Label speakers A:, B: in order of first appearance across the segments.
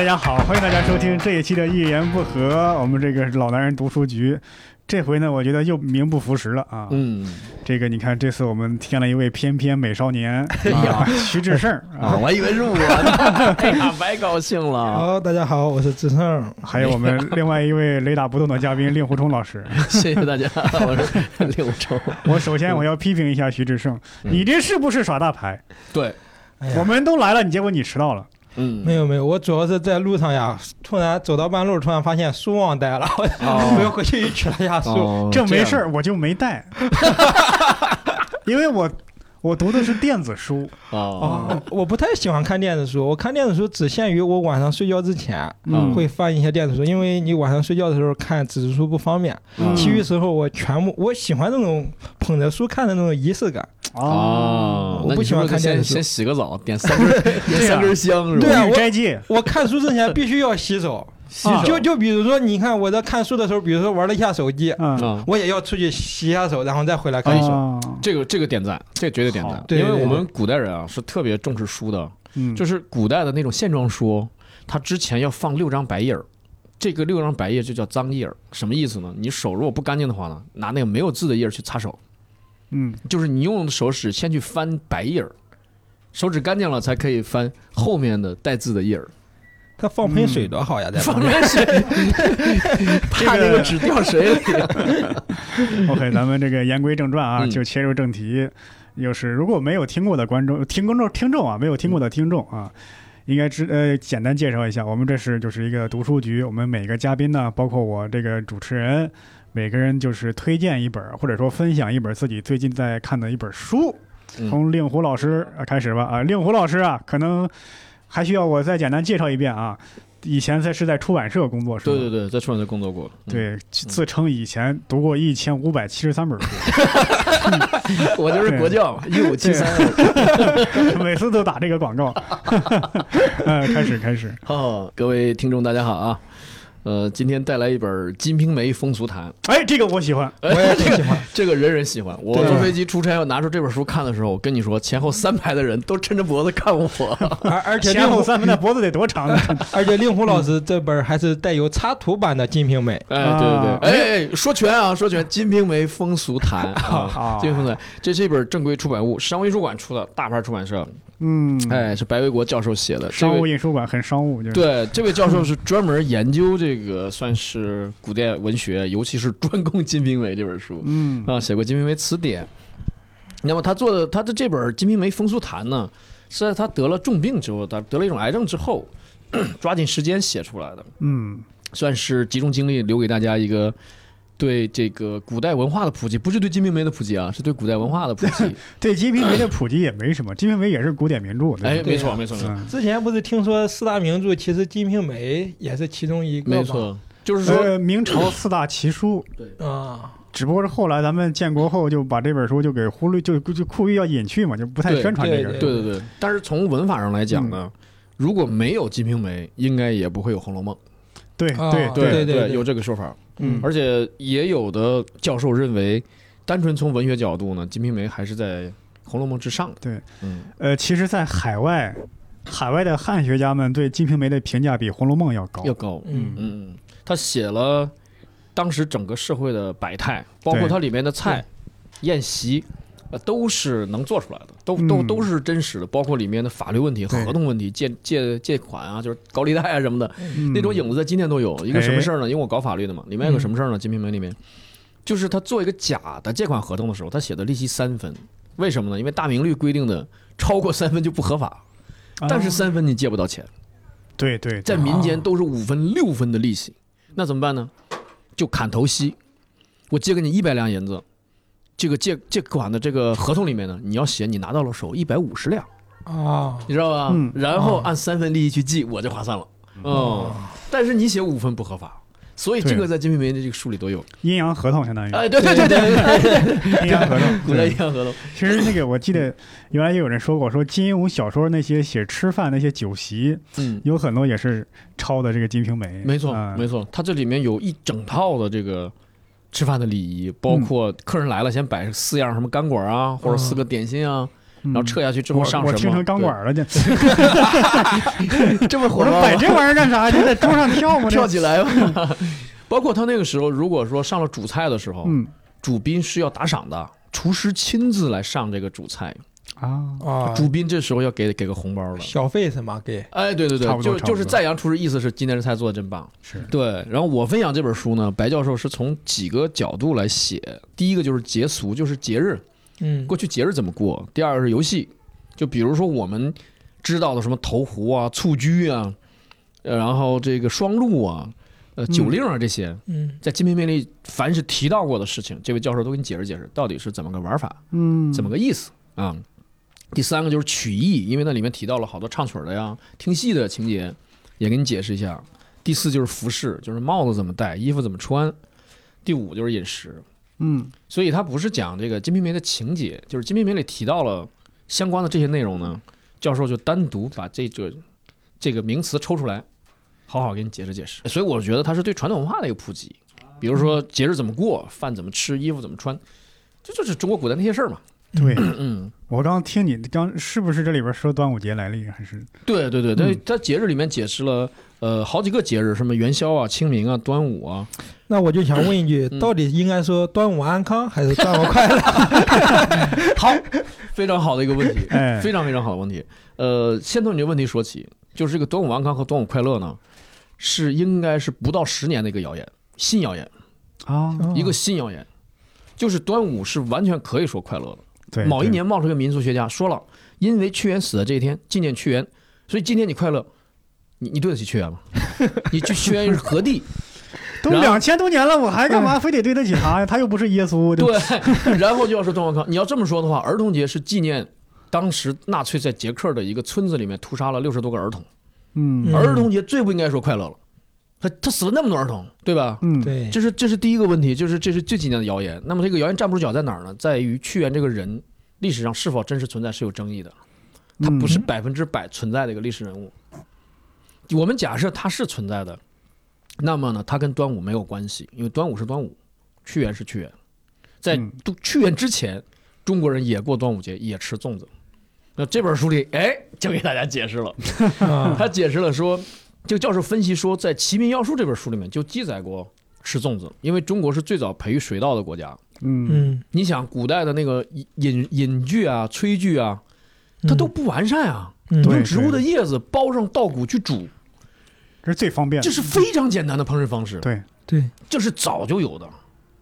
A: 大家收听这一期的《一言不合》，我们这个老男人读书局。这回呢，我觉得又名不符实了啊！
B: 嗯，
A: 这个你看，这次我们添了一位翩翩美少年，啊、徐志胜
B: 啊，
A: 啊，
B: 我还以为是我呢， 哎呀，白高兴了，
C: 好，大家好，我是志胜。
A: 还有我们另外一位雷打不动的嘉宾令狐冲老师。
B: 谢谢大家，我是柳州，
A: 我首先我要批评一下徐志胜，
B: 嗯
A: 你这是不是耍大牌？
B: 对，
C: 哎呀
A: 我们都来了，你结果你迟到了。
B: 嗯
C: 没，有没有，我主要是在路上呀，突然走到半路，突然发现书忘 带了，我又
B: 哦，
C: 回去取了一下书。
B: 哦
A: 这没事
B: 样
A: 儿，我就没带，因为我我读的是电子书，
B: 哦
C: 哦，我不太喜欢看电子书，我看电子书只限于我晚上睡觉之前
A: 嗯
C: 会翻一些电子书，因为你晚上睡觉的时候看纸质书不方便。
B: 嗯
C: 其余时候我全部，我喜欢那种捧着书看的那种仪式 感。
B: 哦，
C: 我
B: 那
C: 不
B: 你
C: 喜
B: 是不
C: 欢
B: 是
C: 看
B: 先
C: 电视剧啊
B: 先洗个澡，点三根点三根香是吧？
C: 对
A: 无
C: 啊我
A: 欲斋戒，
C: 我看书之前必须要洗手，
B: 洗
A: 啊
B: 手
C: 就就比如说，你看我在看书的时候，比如说玩了一下手机，
A: 嗯，
B: 啊，
C: 我也要出去洗一下手，然后再回来看一
B: 哦
C: 下。
A: 啊，
B: 这个这个点赞，这个绝对点赞
A: 好，
C: 对
B: 因为
C: 对
B: 我
C: 对
B: 们古代人啊是特别重视书的，
A: 嗯，
B: 就是古代的那种线装书，它之前要放六张白页儿，这个六张白页就叫脏页儿，什么意思呢？你手如果不干净的话呢，拿那个没有字的页儿去擦手，
A: 嗯，
B: 就是你用手指先去翻白页儿，手指干净了才可以翻后面的带字的页 儿。
C: 他放盆水多好呀，在
B: 放 点水， 怕那个纸掉水里。
A: OK，咱们这个言归正传啊，
B: 嗯
A: 就切入正题，又是如果没有听过的观众、听观众、听众啊，没有听过的听众啊，应该知呃简单介绍一下，我们这是就是一个读书局，我们每个嘉宾呢，包括我这个主持人，每个人就是推荐一本或者说分享一本自己最近在看的一本书，
B: 嗯
A: 从令狐老师呃开始吧啊，令狐老师啊，可能还需要我再简单介绍一遍啊，以前在是在出版社工作是吧？
B: 对对对，在出版社工作过。嗯，
A: 对，自称以前读过一千五百七十三本书，
B: 我就是国教一五七三。
A: 每次都打这个广告。 呃，开始开始，
B: 哦，各位听众大家好啊，呃，今天带来一本《金瓶梅风俗谈》，
A: 哎，这个我喜 欢。
C: 我也挺喜欢。
B: 这个人人喜欢。我
C: 对
B: 坐飞机出差，我拿出这本书看的时候，我跟你说，前后三排的人都抻着脖子看我。
C: 而而且
A: 前
C: 令
A: 后
C: 狐，
A: 三分的脖子得多 长呢？
C: 而且令狐老师这本还是带有插图版的《金瓶梅》。
B: 哎，对对
A: 啊
B: 对，哎哎，说全啊，说全，《金瓶梅风俗谈》
A: 啊
B: 啊，《金瓶梅》这是一本正规出版物，商务印书馆出的，大牌出版社，
A: 嗯，
B: 哎，是白维国教授写的。这
A: 商务
B: 位
A: 印书馆很商务，就是
B: 对，这位教授是专门研究这个，算是古代文学，尤其是专攻《金瓶梅》这本书。
A: 嗯
B: 啊，写过《金瓶梅词典》。那么他做的他的这本《金瓶梅风俗谈》呢，是在他得了重病之后，他得了一种癌症之后， 抓紧时间写出来的，
A: 嗯
B: 算是集中精力留给大家一个。对这个古代文化的普及，不是对《金瓶梅》的普及啊，是对古代文化的普及。
A: 对，《金瓶梅》的普及也没什么，《金瓶梅》也是古典名著。
B: 哎，
A: 对吧
B: 没错，没错，没错，
A: 嗯
C: 之前不是听说四大名著，其实《金瓶梅》也是其中一个吗
B: 没。错，就是说，
A: 呃，明朝四大奇书，
C: 啊，
A: 只不过是后来咱们建国后就把这本书就给忽略，就就故意要隐去嘛，就不太
B: 对
A: 宣传这
B: 对
A: 个。
B: 对对。但是从文法上来讲呢，如果没有《金瓶梅》，应该也不会有《红楼梦》。
A: 对
C: 啊
A: 对
C: 对
B: 对
C: 对对
B: 有这个说法。
C: 嗯
B: 而且也有的教授认为，单纯从文学角度呢，《金瓶梅》还是在《红楼梦》之上的。
A: 对，
B: 嗯，
A: 呃，其实，在海外，海外的汉学家们对《金瓶梅》的评价比《红楼梦》要高。
B: 要高。
C: 嗯，
B: 嗯，嗯他写了当时整个社会的百态，包括
A: 对
B: 它里面的菜、宴席，呃，都是能做出来的，都都
A: 嗯
B: 都是真实的。包括里面的法律问题、
A: 对
B: 合同问题、借借借款啊，就是高利贷啊什么的，
A: 嗯哎
B: 那种影子在今天都有。一个什么事儿呢？因为我搞法律的嘛，里面有个
C: 嗯
B: 什么事儿呢？《金瓶梅》里面，就是他做一个假的借款合同的时候，他写的利息三分，为什么呢？因为大明律规定的超过三分就不合法，但是
A: 啊
B: 三分你借不到钱，
A: 对对，
B: 在民间都是五分六分的利息，那怎么办呢？就砍头息。我借给你一百两银子，这个借借款的这个合同里面呢，你要写你拿到了手一百五十两。
C: 啊，
B: 你知道吧？
A: 嗯
B: 然后按三分利益去计，我就划算了。嗯，但是你写五分不合法，所以这个在《金瓶梅》的这个书里都有。
A: 阴阳合同相当于
B: 哎，对对对对对，
A: 阴阳合 同。
B: 古代
A: 对
B: 阴阳合同。
A: 其实那个我记得原来也有人说过，说金庸小说那些写吃饭那些酒席，
B: 嗯，
A: 有很多也是抄的这个《金瓶梅》。
B: 没错
A: 啊
B: 没错，它这里面有一整套的这个。嗯吃饭的礼仪，包括客人来了，先摆四样什么干果啊，或者四个点心啊，
A: 然
B: 然后撤下去之后
A: 我
B: 上什么？
A: 嗯我听成钢
B: 对
A: 管了，这
B: 这么
A: 我
B: 火
A: 说
B: 爆吗
A: 摆这玩意儿干啥？就在桌上跳吗？这
B: 跳起来吧。 包括他那个时候，如果说上了主菜的时候，
A: 嗯
B: 主宾是要打赏的，厨师亲自来上这个主菜，
A: 啊，
C: 啊，
B: 主宾这时候要给给个红包了。
C: 小费是吗？给
B: 哎，对对
A: 差
B: 对，
A: 不多
B: 就
A: 差不多
B: 就是赞扬厨师，意思是今天这菜做的真棒。
A: 是
B: 对，然后我分享这本书呢，白教授是从几个角度来写，第一个就是节俗，就是节日，
C: 嗯
B: 过去节日怎么过；第二个是游戏，就比如说我们知道的什么投壶啊、蹴鞠啊，呃然后这个双鹿啊、呃
A: 嗯
B: 酒令啊这些，
C: 嗯
B: 在《金瓶梅》里凡是提到过的事情，这位教授都给你解释解释，到底是怎么个玩法，
A: 嗯，
B: 怎么个意思啊、第三个就是曲艺，因为那里面提到了好多唱曲儿的呀、听戏的情节，也给你解释一下。第四就是服饰，就是帽子怎么戴，衣服怎么穿。第五就是饮食，
A: 嗯
B: 所以它不是讲这个《金瓶梅》的情节，就是《金瓶梅》里提到了相关的这些内容呢，教授就单独把这个这个名词抽出来，好好给你解释解释。所以我觉得它是对传统文化的一个普及，比如说节日怎么过，饭怎么吃，衣服怎么穿，这就是中国古代那些事儿嘛。
A: 对？
B: 嗯，
A: 我刚听你刚是不是这里边说端午节来历还是
B: 对对对，它
A: 嗯
B: 它节日里面解释了呃好几个节日，什么元宵啊、清明啊、端 午啊，
C: 那我就想问一句
B: 嗯，
C: 到底应该说端午安康还是端午快乐？
B: 好，非常好的一个问题，
A: 哎
B: 非常非常好的问题。呃，先从你的问题说起，就是这个端午安康和端午快乐呢，是应该是不到十年的一个谣言，新谣言，
A: 啊？
B: 一
C: 哦
B: 个新谣言，就是端午是完全可以说快乐的。
A: 对，
B: 某一
A: 对
B: 年冒出一个民俗学家说了，因为屈原死的这一天纪念屈原，所以今天你快乐，你你对得起屈 原吗？你去屈原是何地？
A: 都
B: 然后嗯
A: 两千多年了，我还干嘛非得对得起他呀？他又不是耶稣， 对吧
B: 对， 然后就要说端午康。你要这么说的话，儿童节是纪念当时纳粹在捷克的一个村子里面屠杀了六十多个儿童。
A: 嗯
C: 嗯
B: 儿童节最不应该说快乐了，他他死了那么多儿童，对吧？
A: 嗯，
C: 对，
B: 这是这是第一个问题，就是这是这几年的谣言。那么这个谣言站不住脚在哪儿呢？在于屈原这个人历史上是否真实存在是有争议的，他不是百分之百存在的一个历史人物。我们假设他是存在的，那么呢，他跟端午没有关系，因为端午是端午，屈原是屈原。在
A: 嗯
B: 都屈原之前，中国人也过端午节，也吃粽子。那这本书里，哎，就给大家解释了。
C: 啊
B: 他解释了说，这个教授分析说，在《齐民要术》这本书里面就记载过吃粽子，因为中国是最早培育水稻的国家。
A: 嗯
C: 嗯，
B: 你想，古代的那个饮饮具啊、炊具啊，它都不完善啊，
C: 嗯
A: 对
B: 用植物的叶子包上稻谷去煮，
A: 这是最方便的
B: 这，是非常简单的烹饪方式，
A: 嗯对，
C: 对，
B: 这是早就有的，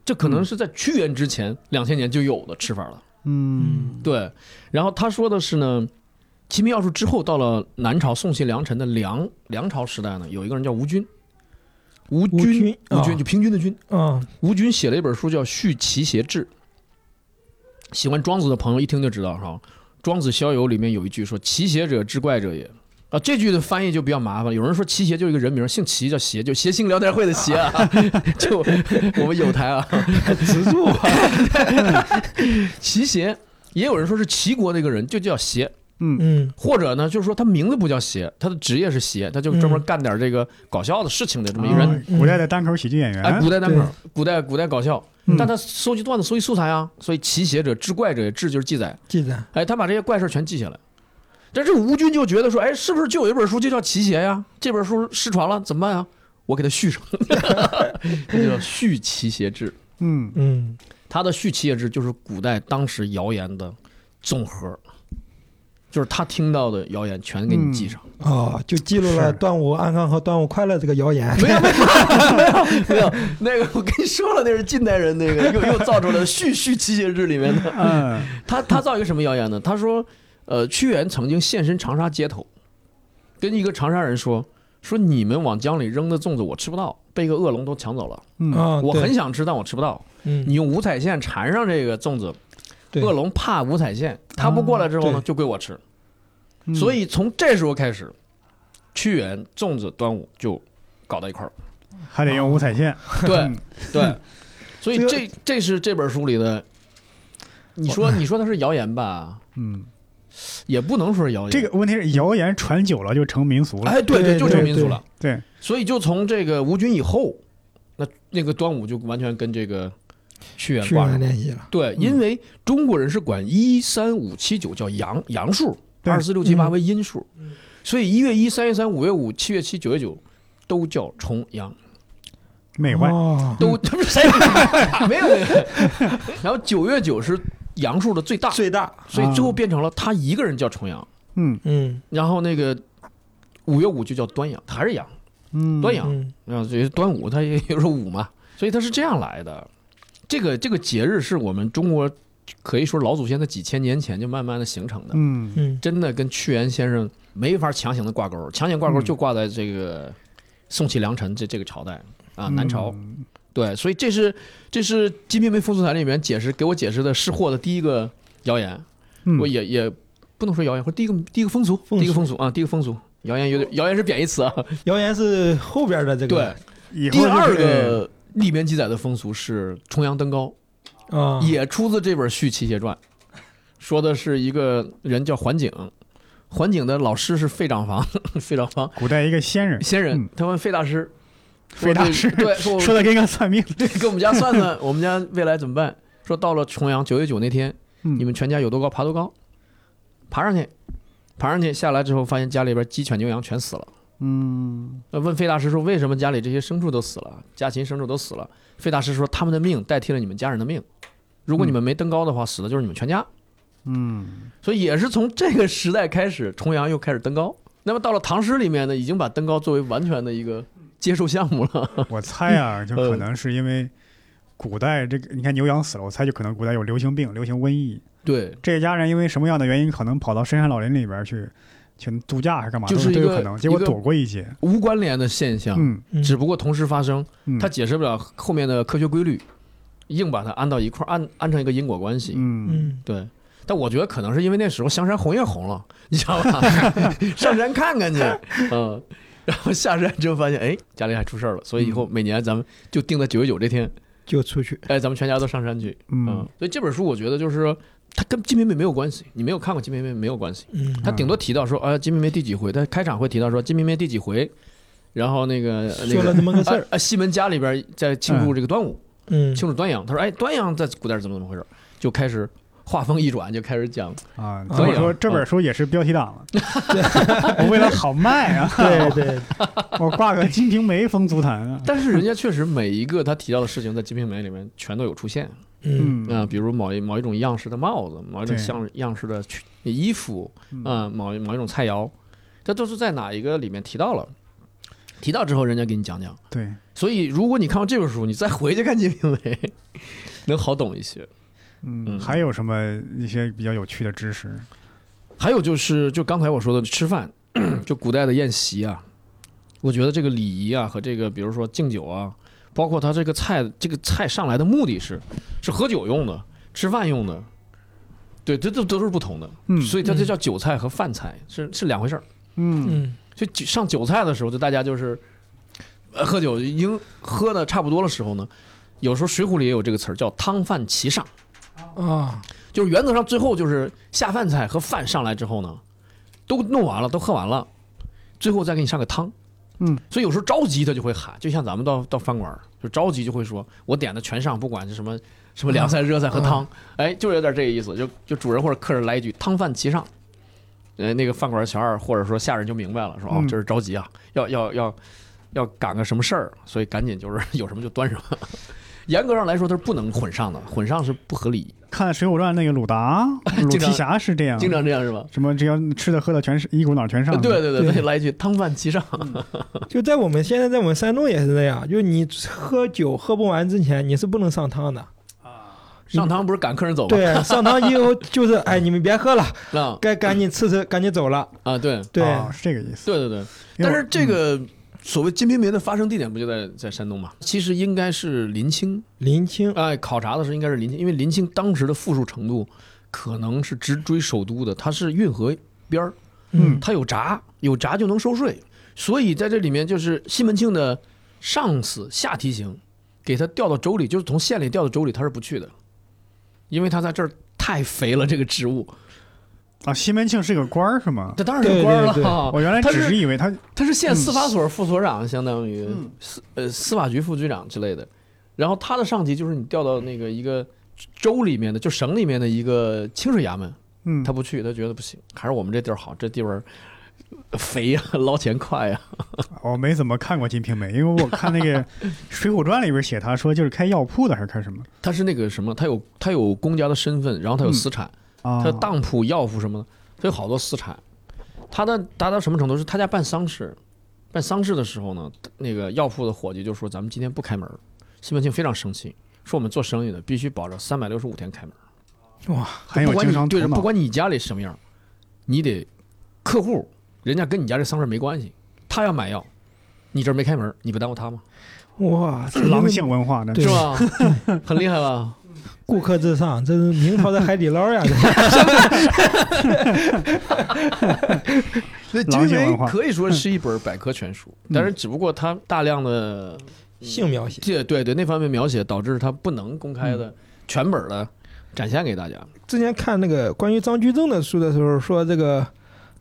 B: 这可能是在屈原之前两千年就有的吃法了。
A: 嗯
B: 对，然后他说的是呢，齐民要术之后，到了南朝宋齐梁陈的梁梁朝时代呢，有一个人叫吴均，吴均
C: 吴均
B: 吴均
C: 啊
B: 就平均的均，
C: 啊，
B: 吴均写了一本书叫《续齐邪志》，喜欢庄子的朋友一听就知道哈，《庄子逍遥》里面有一句说“齐邪者，之怪者也”。啊，这句的翻译就比较麻烦。有人说齐邪就是一个人名，姓齐叫邪，就谐星聊天会的邪啊， 就我们有台啊，
C: 植入啊，
B: 齐邪。也有人说是齐国的一个人，就叫邪，
A: 嗯
C: 嗯
B: 或者呢，就是说他名字不叫邪，他的职业是邪，他就专门干点这个搞笑的事情的这么一人。
A: 啊古代的单口喜剧演
B: 哎，
A: 员
B: 古代单口，古代古代搞笑，
A: 嗯
B: 但他收集段子、收集素材啊，所以奇邪者、志怪者也，志就是记载。
C: 记载，
B: 哎，他把这些怪事儿全记下来。但是吴军就觉得说，哎，是不是就有一本书就叫《奇邪》呀？这本书失传了，怎么办呀？我给它续上，这就叫《续奇邪志》。
A: 嗯
C: 嗯
B: 他的《续奇邪志》就是古代当时谣言的总和，就是他听到的谣言全给你记上。
C: 哦，就记录
A: 是
C: 了端午安康和端午快乐这个谣言。
B: 没有没有没有那个，我跟你说了，那是近代人那个又又造出来的《续续奇邪志》里面的。
A: 嗯
B: 他他造一个什么谣言呢？他说，呃，屈原曾经现身长沙街头，跟一个长沙人说，说你们往江里扔的粽子我吃不到，被一个恶龙都抢走了。
A: 嗯
C: 啊，
B: 我
C: 对
B: 很想吃，但我吃不到。
C: 嗯
B: 你用五彩线缠上这个粽子，
C: 对
B: 恶龙怕五彩线，他不过来之后呢，
C: 啊对
B: 就归我吃。
A: 嗯，
B: 所以从这时候开始，屈原、粽子、端午就搞到一块儿了。
A: 还得用五彩线，
B: 对
A: 嗯
B: 对，所以
C: 这个
B: 这这是这本书里的。你说你说它是谣言吧，
A: 嗯，
B: 也不能说是谣言。
A: 这个问题是谣言传久了就成民俗了，
B: 哦哎，对
C: 对
B: 就成
C: 对
B: 民俗
C: 对
B: 了。
A: 对，
B: 所以就从这个吴军以后，那那个端午就完全跟这个去元
C: 去
B: 卦是
C: 元
B: 吧？
C: 练习了。
B: 对，因为中国人是管一三五七九叫阳阳数，
A: 对
B: 二四六七八
C: 嗯
B: 为阴数，所以一月一、三月三、五月五、七月七、九月九都叫重阳，
A: 美坏，
C: 哦
B: 都这不是谁没有没有。然后九月九是阳数的最大，
C: 最大，
B: 所以最后变成了他一个人叫重阳，
A: 嗯
C: 嗯
B: 然后那个五月五就叫端阳，他还是阳，
A: 嗯，
B: 端阳。
C: 嗯
B: 啊，所以端午它也有时候午嘛，所以它是这样来的。这个这个节日是我们中国可以说老祖先在几千年前就慢慢的形成的，
A: 嗯
C: 嗯，
B: 真的跟屈原先生没法强行的挂钩，强行挂钩
A: 嗯
B: 就挂在这个宋齐梁陈这这个朝代啊，南朝。
A: 嗯
B: 对，所以这是这是《金瓶梅》风俗谈里面解释给我解释的识货的第一个谣言，
A: 嗯
B: 我也也不能说谣言，或者第一个第一个风俗，
C: 风俗
B: 第一个风俗啊，第一个风俗，谣言有点谣言是贬义词啊，
C: 嗯谣言是后边的这
B: 对
C: 个，
A: 以后
B: 第
A: 就是
B: 二个里面记载的风俗是重阳登高，
C: 对啊，
B: 也出自这本《续齐邪传》，说的是一个人叫桓景，桓景的老师是费长房， 费长房
A: 古代一个仙人，
B: 仙人
A: 嗯，
B: 他问费大师，
A: 费大师
B: 说这对，说我
A: 说的跟个算命的，
B: 给我们家算 算，我们家未来怎么办？说到了重阳九月九那天，
A: 嗯
B: 你们全家有多高爬多高，爬上去，爬上去下来之后，发现家里边鸡犬牛羊全死了。
A: 嗯
B: 呃问费大师说：“为什么家里这些牲畜都死了，家禽牲畜都死了？”费大师说：“他们的命代替了你们家人的命，如果你们没登高的话，死的就是你们全家。
A: 嗯”
B: 所以也是从这个时代开始，重阳又开始登高。那么到了唐诗里面呢，已经把登高作为完全的一个接受项目了。
A: 我猜啊，就
B: 嗯
A: 可能是因为古代这个，你看牛羊死了，我猜就可能古代有流行病、流行瘟疫，
B: 对，
A: 这一家人因为什么样的原因，可能跑到深山老林里边去去度假还是干嘛，
B: 就
A: 都是
B: 是一
A: 都有
B: 个
A: 可能。结果
B: 一个
A: 躲过一劫。
B: 无关联的现象，
A: 嗯
C: 嗯
B: 只不过同时发生，
A: 嗯，
B: 它解释不了后面的科学规律，硬把它安到一块儿，安安成一个因果关系。
A: 嗯
C: 嗯
B: 对，但我觉得可能是因为那时候香山红叶红了，你知道吧？ 上山看 看去，嗯，然后下山之后发现，哎，家里还出事儿了，所以以
C: 嗯
B: 后每年咱们就定在九月九这天，
C: 就出去，
B: 哎，咱们全家都上山去，嗯
A: 嗯，，
B: 所以这本书我觉得就是说它跟《金瓶梅》没有关系，你没有看过《金瓶梅》没有关系，
C: 嗯
B: 它顶多提到说，啊，《金瓶梅》第几回，它开场会提到说《金瓶梅》第几回，然后那个那
C: 说了
B: 个。
C: 这么个 事
B: 啊
C: 儿，
B: 啊！西门家里边在庆祝这个端午，
C: 嗯，
B: 庆祝端阳。他说：“哎，端阳在古代是怎么怎么回事？”就开始话锋一转，就开始讲
A: 啊，
C: 可
A: 所
C: 以
A: 以
B: 啊
A: 说这本书也是标题党了。我为了好卖啊，
C: 对对，
A: 我挂个《金瓶梅》风俗坛 啊。
B: 但是人家确实每一个他提到的事情，在《金瓶梅》里面全都有出现啊、
C: 嗯
B: 比如某一某一种样式的帽子，某一种
A: 对
B: 像样式的裙衣服，
A: 嗯
B: 啊、某一某一种菜肴，这都是在哪一个里面提到了？提到之后，人家给你讲讲。
A: 对，
B: 所以，如果你看过这本书，你再回去看《金瓶梅》， 能好懂一些。
A: 嗯，
B: 嗯
A: 还有什么一些比较有趣的知识？
B: 还有就是，就刚才我说的吃饭， 就古代的宴席啊，我觉得这个礼仪啊和这个，比如说敬酒啊，包括它这个菜，这个菜上来的目的是是喝酒用的，吃饭用的，对，这这都是不同的，
A: 嗯
B: 所以它这叫酒菜和饭菜是是两回事儿。
A: 嗯
C: 嗯
B: 所以酒上酒菜的时候，就大家就是呃喝酒已经喝的差不多的时候呢，有时候《水浒》里也有这个词儿叫汤饭齐上。
C: 啊，
B: 就是原则上最后就是下饭菜和饭上来之后呢，都弄完了，都喝完了，最后再给你上个汤。
A: 嗯，
B: 所以有时候着急他就会喊，就像咱们到到饭馆儿就着急就会说，我点的全上，不管是什么什么凉
A: 嗯
B: 菜、热菜和汤，哎，就是有点这个意思，就就主人或者客人来一句汤饭齐上。呃，那个饭馆小二或者说下人就明白了，说哦
A: 嗯，
B: 这是着急啊，要要要要赶个什么事儿，所以赶紧就是 有什么就端什么。严格上来说，它是不能混上的，混上是不合理，
A: 看《水浒传》那个鲁 达、鲁
B: 经常
A: 提辖是这样，
B: 经常这样是吧？
A: 什么只要吃的喝的全是一股脑全上。
B: 呃
A: 嗯
B: 对，对对，
C: 对
B: 他就来一句“汤饭齐上
C: 就在我们现在在我们山东也是这样，就是你喝酒喝不完之前，你是不能上汤的。”，
B: 上汤不是赶客人走吗？
C: 对，上汤以后就是，哎，你们别喝了，
B: 啊
C: 该赶紧吃吃，赶紧走了。
B: 啊，对
C: 对，
A: 哦是这个意思。
B: 对对对。
A: 因为
B: 但
A: 我嗯
B: 是这个所谓《金瓶梅》的发生地点不就在在山东吗？其实应该是临清，
C: 林清，
B: 哎，考察的是应该是临清，因为临清当时的富庶程度可能是直追首都的，它是运河边儿，
A: 嗯
B: 它有闸，有闸就能收税，所以在这里面就是西门庆的上司下提刑，给他调到州里，就是从县里调到州里，他是不去的，因为他在这儿太肥了，这个职务。
A: 啊，西门庆是个官儿是吗？
B: 这当然是官儿了。
C: 对对
A: 我原来
B: 哦他
A: 只
B: 是
A: 是以为他
B: 他是县司法所副所长，相当于
A: 嗯
B: 司呃司法局副局长之类的。然后它的上级就是你调到那个一个州里面的，就省里面的一个清水衙门，
A: 嗯
B: 他，不去，他觉得不行，还是我们这地儿好，这地方肥呀、捞钱快啊呀、
A: 我没怎么看过《金瓶梅》，因为我看那 个《水浒传》里边写他说就是开药铺的还是开什么
B: 他是那个什么，他有他有公家的身份，然后他有
A: 嗯
B: 私产，
A: 啊？
B: 他有当铺、药铺什么的，他有好多私产。他的达到什么程度？是他家办丧事，办丧事的时候呢，那个药铺的伙计就说：“咱们今天不开门。”西门庆非常生气，说：“我们做生意的必须保证三百六十五天开门，
C: 哇，
A: 很有
B: 不管
A: 经
B: 你
A: 商头
B: 对着不
A: 脑，
B: 管你家里什么样，你得客户，人家跟你家这丧事没关系，他要买药，你这儿没开门，你不耽误他吗？
C: 哇，这
A: 狼性文化呢？
C: 对
B: 是吧？很厉害吧？
C: 顾客至上，这是明朝的海底 捞呀！这
B: 所以《金
A: 狼性
B: 瓶
A: 文
B: 梅
A: 化》嗯
B: 可以说是一本百科全书，但是只不过它大量的
C: 性描写，
B: 这对对那方面描写，导致它不能公开
A: 嗯
B: 的全本的展现给大家。
C: 之前看那个关于张居正的书的时候，说这个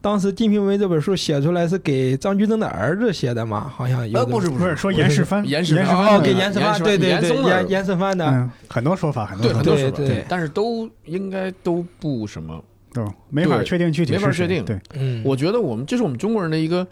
C: 当时《金瓶梅》这本书写出来是给张居正的儿子写的嘛？好像有这么
B: 呃是
A: 不是说严世蕃，
B: 严世
A: 严
B: 蕃
A: 世
C: 哦，
A: 的
C: 给严世
B: 严
C: 蕃，
B: 世
C: 对对
B: 严
C: 对，
B: 嵩的
C: 严严世蕃的，
A: 嗯，很多说法，很多
B: 对
A: 说
B: 很
A: 法，
B: 多
C: 对
B: 说法，
C: 对
B: 对，但是都应该都不什么。
A: 对，没法
B: 对
A: 确定具体
B: 没
A: 是
B: 法
A: 谁
B: 确定
A: 对，
C: 嗯，
B: 我觉得我们这是我们中国人的一个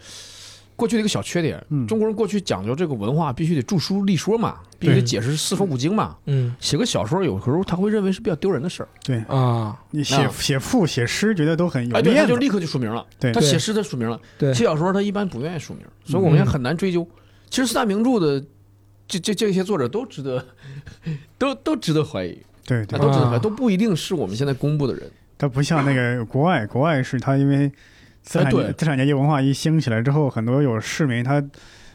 B: 过去的一个小缺点。
A: 嗯
B: 中国人过去讲究这个文化，必须得著书立说嘛，必须得
C: 对
B: 解释四书五经嘛。
C: 嗯
B: 写个小说，有时候他会认为是比较丢人的事儿，
A: 对
C: 啊，
A: 你写
B: 啊
A: 写赋、写诗，觉得都很有
B: 哎，对，他
A: 面
B: 就
A: 子，
B: 立刻就署名了。
A: 对
B: 他
C: 对
B: 写诗他署名了，
C: 对嗯
B: 写小说他一般不愿意署名，所以我们也很难追究。其实四大名著的这这这些作者都值得， 都都值得怀疑，
A: 对
B: 啊，
A: 对，
B: 都值得怀
C: 啊
B: 疑，都不一定是我们现在公布的人。
A: 它不像那 个国外，国外是它因为资
B: 哎
A: 产
B: 对
A: 资产阶级文化一兴起来之后，很多有市民他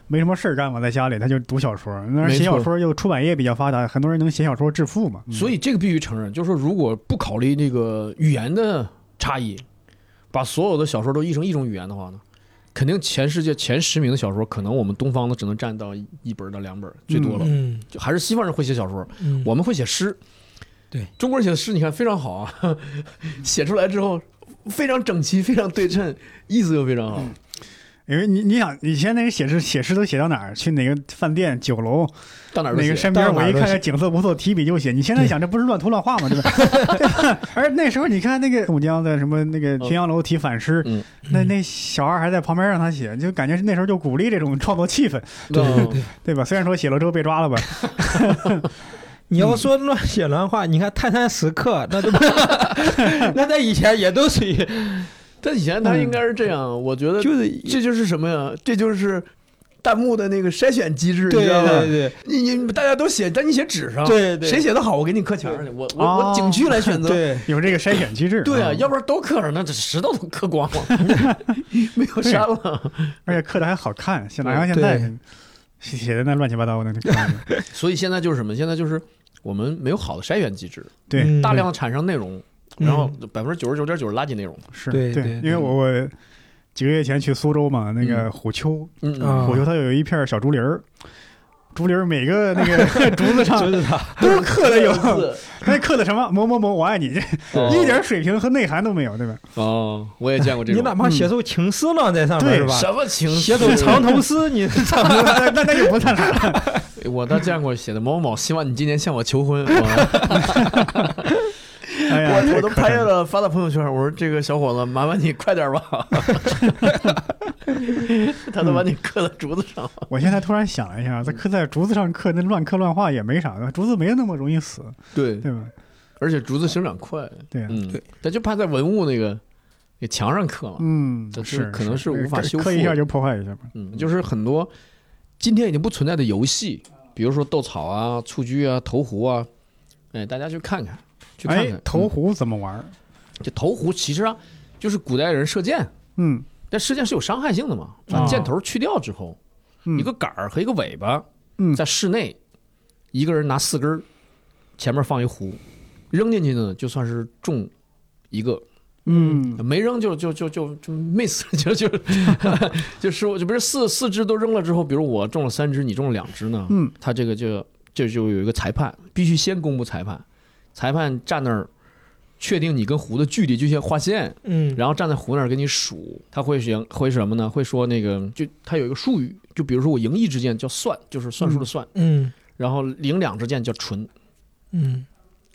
A: 没什么事儿干嘛，在家里他就读小说，那
B: 没
A: 写小
B: 错
A: 说又出版业比较发达，很多人能写小说致富嘛，
B: 所
A: 以
B: 以这个必须承认，就是说，如果不考虑那个语言的差异，把所有的小说都译成一种语言的话呢，肯定全世界前十名的小说，可能我们东方的只能占到一本到两本最多了，
C: 嗯
B: 就还是西方人会写小说，
C: 嗯，
B: 我们会写诗。
C: 对，嗯
B: 中国人写的诗，你看非常好啊，写出来之后非常整齐，非常对称，意思又非常好。
C: 嗯
A: 因为你你想以前那个写诗写诗都写到哪儿？去哪个饭店、酒楼，
B: 到哪儿都
A: 哪个
B: 写。
A: 山边
C: 到哪儿
A: 围
C: 都
A: 看看
C: 写
A: 景色不错，提笔就写。你现在想这不是乱涂乱画吗？对 吧？对吧而那时候你看那个武将的什么那个
B: 嗯
A: 平阳楼题反诗，
B: 嗯
A: 那那小孩还在旁边让他写，就感觉是那时候就鼓励这种创作气氛，
C: 对对
B: 嗯
C: 对，
A: 对吧？虽然说写了之后被抓了吧，
C: 你要说乱写乱画，你看《泰山石刻》，那都 那在以前也都属于
B: 但以前他应该是这样，我觉得
C: 嗯就是
B: 这就是什么呀？这就是弹幕的那个筛选机制，你
C: 对
B: 知道吧？
C: 对对
B: 你你大家都写，但你写纸上，
C: 对对
B: 谁写的好，我给你刻墙上去，我我、
A: 哦
B: 我景区来选择。
C: 对，
A: 有这个筛选机制。
B: 对啊，
A: 嗯
B: 要不然都刻上，那这石头都刻光了， 没有
A: 对
B: 删了。
A: 而且刻的还好看，像哪像
C: 对
A: 现在
C: 对
A: 写的那乱七八糟的，那看着
B: 所以现在就是什么？现在就是我们没有好的筛选机制，
A: 对
C: 嗯
B: 大量的产生内容，然后
C: 嗯
B: 百分之九十九点九是垃圾内容。
A: 是
C: 对对
A: 因为我我几个月前去苏州嘛，那个虎丘，
B: 嗯，
C: 啊
A: 虎丘它有一片小竹林儿。竹林儿每个那个竹子上
C: 就是他，
A: 都刻 的有，
B: 字
A: 那刻的什么某某某我爱你，这
B: 哦
A: 一点水平和内涵都没有，对吧？
B: 哦，我也见过这
C: 你
B: 种。
C: 哪怕写出情诗呢，在上面
A: 对
C: 是吧？
B: 什么情绪
C: 写首长头诗，你
A: 那那那就不太难了。
B: 我倒见过写的某某某，希望你今年向我求婚。我
A: 哎呀，
B: 我我都
A: 太可
B: 拍
A: 恨
B: 下
A: 了。
B: 了，发到朋友圈。我说这个小伙子，麻烦你快点 吧。他都把你刻在竹子上。
A: 我现在突然想了一下，在刻在竹子上刻那乱刻乱画也没啥的，竹子没那么容易死，
B: 对，
A: 对吧？
B: 而且竹子生长快。
A: 对啊
B: 嗯
C: 嗯对，
B: 他就怕在文物那个那墙上刻嘛。
A: 嗯
B: 这，
A: 是
B: 可能是无法
A: 刻
B: 修
A: 刻一
B: 复
A: 下
B: 的
A: 就破坏一下嘛。
B: 嗯，就是很多今天已经不存在的游戏，比如说斗草啊、蹴鞠啊、投壶啊，哎，大家去看看，去看
A: 哎
B: 看。，
A: 投
B: 嗯
A: 壶怎么玩儿？
B: 这投壶其实啊，就是古代人射箭，
A: 嗯
B: 但射箭是有伤害性的嘛，把
A: 哦
B: 箭头去掉之后，
A: 嗯，
B: 一个杆儿和一个尾巴，
A: 嗯
B: 在室内，一个人拿四根儿，前面放一壶，扔进去呢就算是中一个，
A: 嗯
B: 没扔就就就就就 miss 就就就失误，就不是四四只都扔了之后，比如我中了三只，你中了两只呢，
A: 嗯
B: 他这个就就就有一个裁判，必须先公布裁判，裁判站那儿。确定你跟壶的距离，就先画线，
C: 嗯
B: 然后站在壶那儿给你数，他会行会什么呢？会说那个，就他有一个术语，就比如说我赢一支箭叫算，就是算数的算，
C: 嗯
B: 然后赢两支箭叫纯，
C: 嗯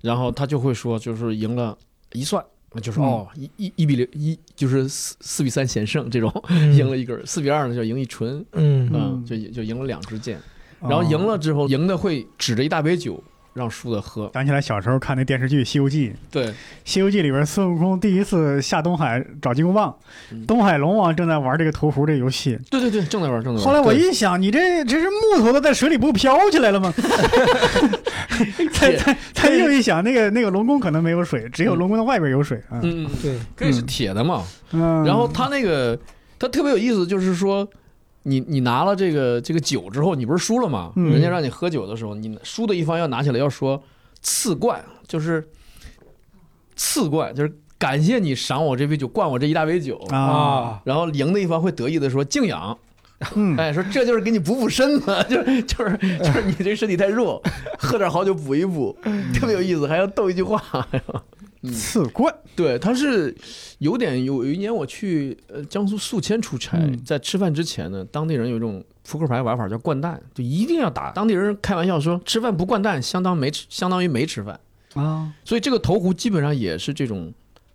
B: 然后他就会说，就是赢了一算，就是
A: 嗯
B: 哦一一一比零一，就是四四比三险胜这种，
C: 嗯
B: 赢了一根儿，四比二呢叫赢一纯，
C: 嗯
B: 嗯，
A: 嗯哦
B: 就就赢了两支箭，然后赢了之后，赢的会指着一大杯酒让输的喝，
A: 想起来小时候看那电视剧《西游记》，《
B: 对，
A: 西游记》里边孙悟空第一次下东海找金箍棒
B: 嗯，
A: 东海龙王正在玩这个投壶这游戏。
B: 对对对，正在玩儿，正在玩儿。
A: 后来我
B: 嗯对
A: 一想，你这这是木头的，在水里不飘起来了吗？ 再再再又一想，那个那个龙宫可能没有水，只有龙宫的外边有水啊。
B: 嗯，嗯
C: 对，
B: 可以是铁的嘛。
A: 嗯，
B: 然后他那个他特别有意思，就是说。你你拿了这个这个酒之后，你不是输了吗？
A: 嗯
B: 人家让你喝酒的时候，你输的一方要拿起来要说赐冠，就是赐冠，就是感谢你赏我这杯酒，灌我这一大杯酒。
A: 啊，
B: 然后赢的一方会得意的说敬仰，
A: 嗯，
B: 哎，说这就是给你补补身子， 就是就是就是你这身体太弱，喝点好酒补一补，
A: 嗯
B: 特别有意思，还要逗一句话。嗯
A: 刺棍，
B: 对，他是有点有有一年我去呃江苏宿迁出差，
A: 嗯
B: 在吃饭之前呢，当地人有一种扑克牌玩法叫掼蛋，就一定要打。当地人开玩笑说，吃饭不掼蛋，相当没吃，相当于没吃饭。
A: 啊，
B: 所以这个投壶基本上也是这种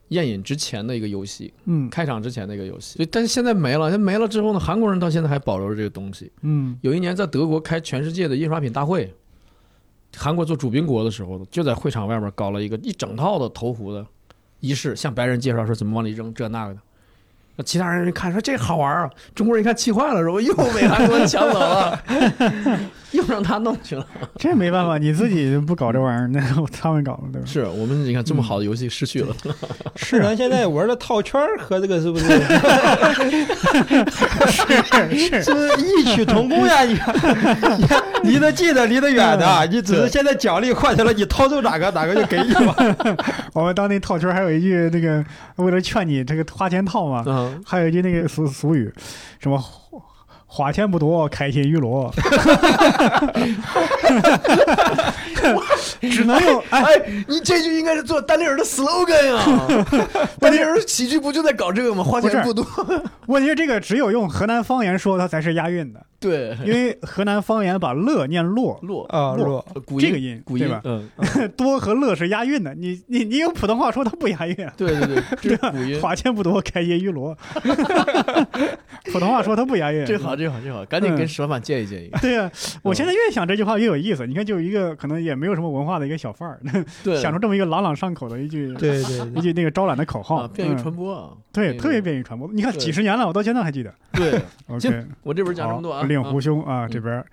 B: 宴饮之前的一个游戏，
A: 嗯
B: 开场之前的一个游戏。所以但是现在没了，那没了之后呢，韩国人到现在还保留着这个东西。
A: 嗯
B: 有一年在德国开全世界的印刷品大会，韩国做主宾国的时候，就在会场外面搞了一个一整套的投壶的仪式，向白人介绍说怎么往里扔这那个的。那其他人一看说这好玩啊，中国人一看气坏了，说又被韩国人 抢走了，又让他弄去了。
A: 这没办法，你自己不搞这玩意儿，那他们搞了，对吧？
B: 是我们你看这么好的游戏失去了，
A: 是啊
C: 咱现在玩的套圈儿和这个是不是
A: 是是，
C: 是啊异曲同工呀？你看，你看离得近的，离得远的，你只是现在奖励换成了你掏出哪个哪个就给你嘛。
A: 我们当地套圈还有一句那个，为了劝你这个花钱套嘛，
B: 嗯，
A: 还有一句那个俗俗语，什么花钱不多，开心于罗， 只能用哎，
B: 哎，你这句应该是做单立人的 slogan 啊！ 单立人喜剧不就在搞这个吗？花钱不多，
A: 问题是这个只有用河南方言说它才是押韵的，
B: 对，
A: 因为河南方言把乐念落，
B: 落
C: 啊，
A: 落
C: 落，
B: 呃古
A: 这个
B: 音
A: 音
B: 古
A: 对
B: 音
A: 吧，
B: 嗯，
A: 多和乐是押韵的，你你你用普通话说它不押韵。
B: 对对对，这是古 音，
A: 花钱不多，开业于 罗。 普通话说它不押韵。
B: 这好嗯这好这好，赶紧跟石老板借一借一个。
A: 对啊，我现在越想这句话越有意思。你看，就一个可能也没有什么文化的一个小贩儿，
B: 对，
A: 想出这么一个朗朗上口的一句
C: 对对对
A: 一句那个招揽的口号
B: 啊，，便于
A: 嗯
B: 传播啊，
A: 对，
B: 那个
A: 特别便于传播。你看
B: 对
A: 几十年了，我到现在还 记得。
B: 对。
A: OK，
B: 行我这本讲这么多
A: 好
B: 啊，
A: 嗯令狐
B: 啊
A: 兄啊
B: 嗯
A: 这边儿。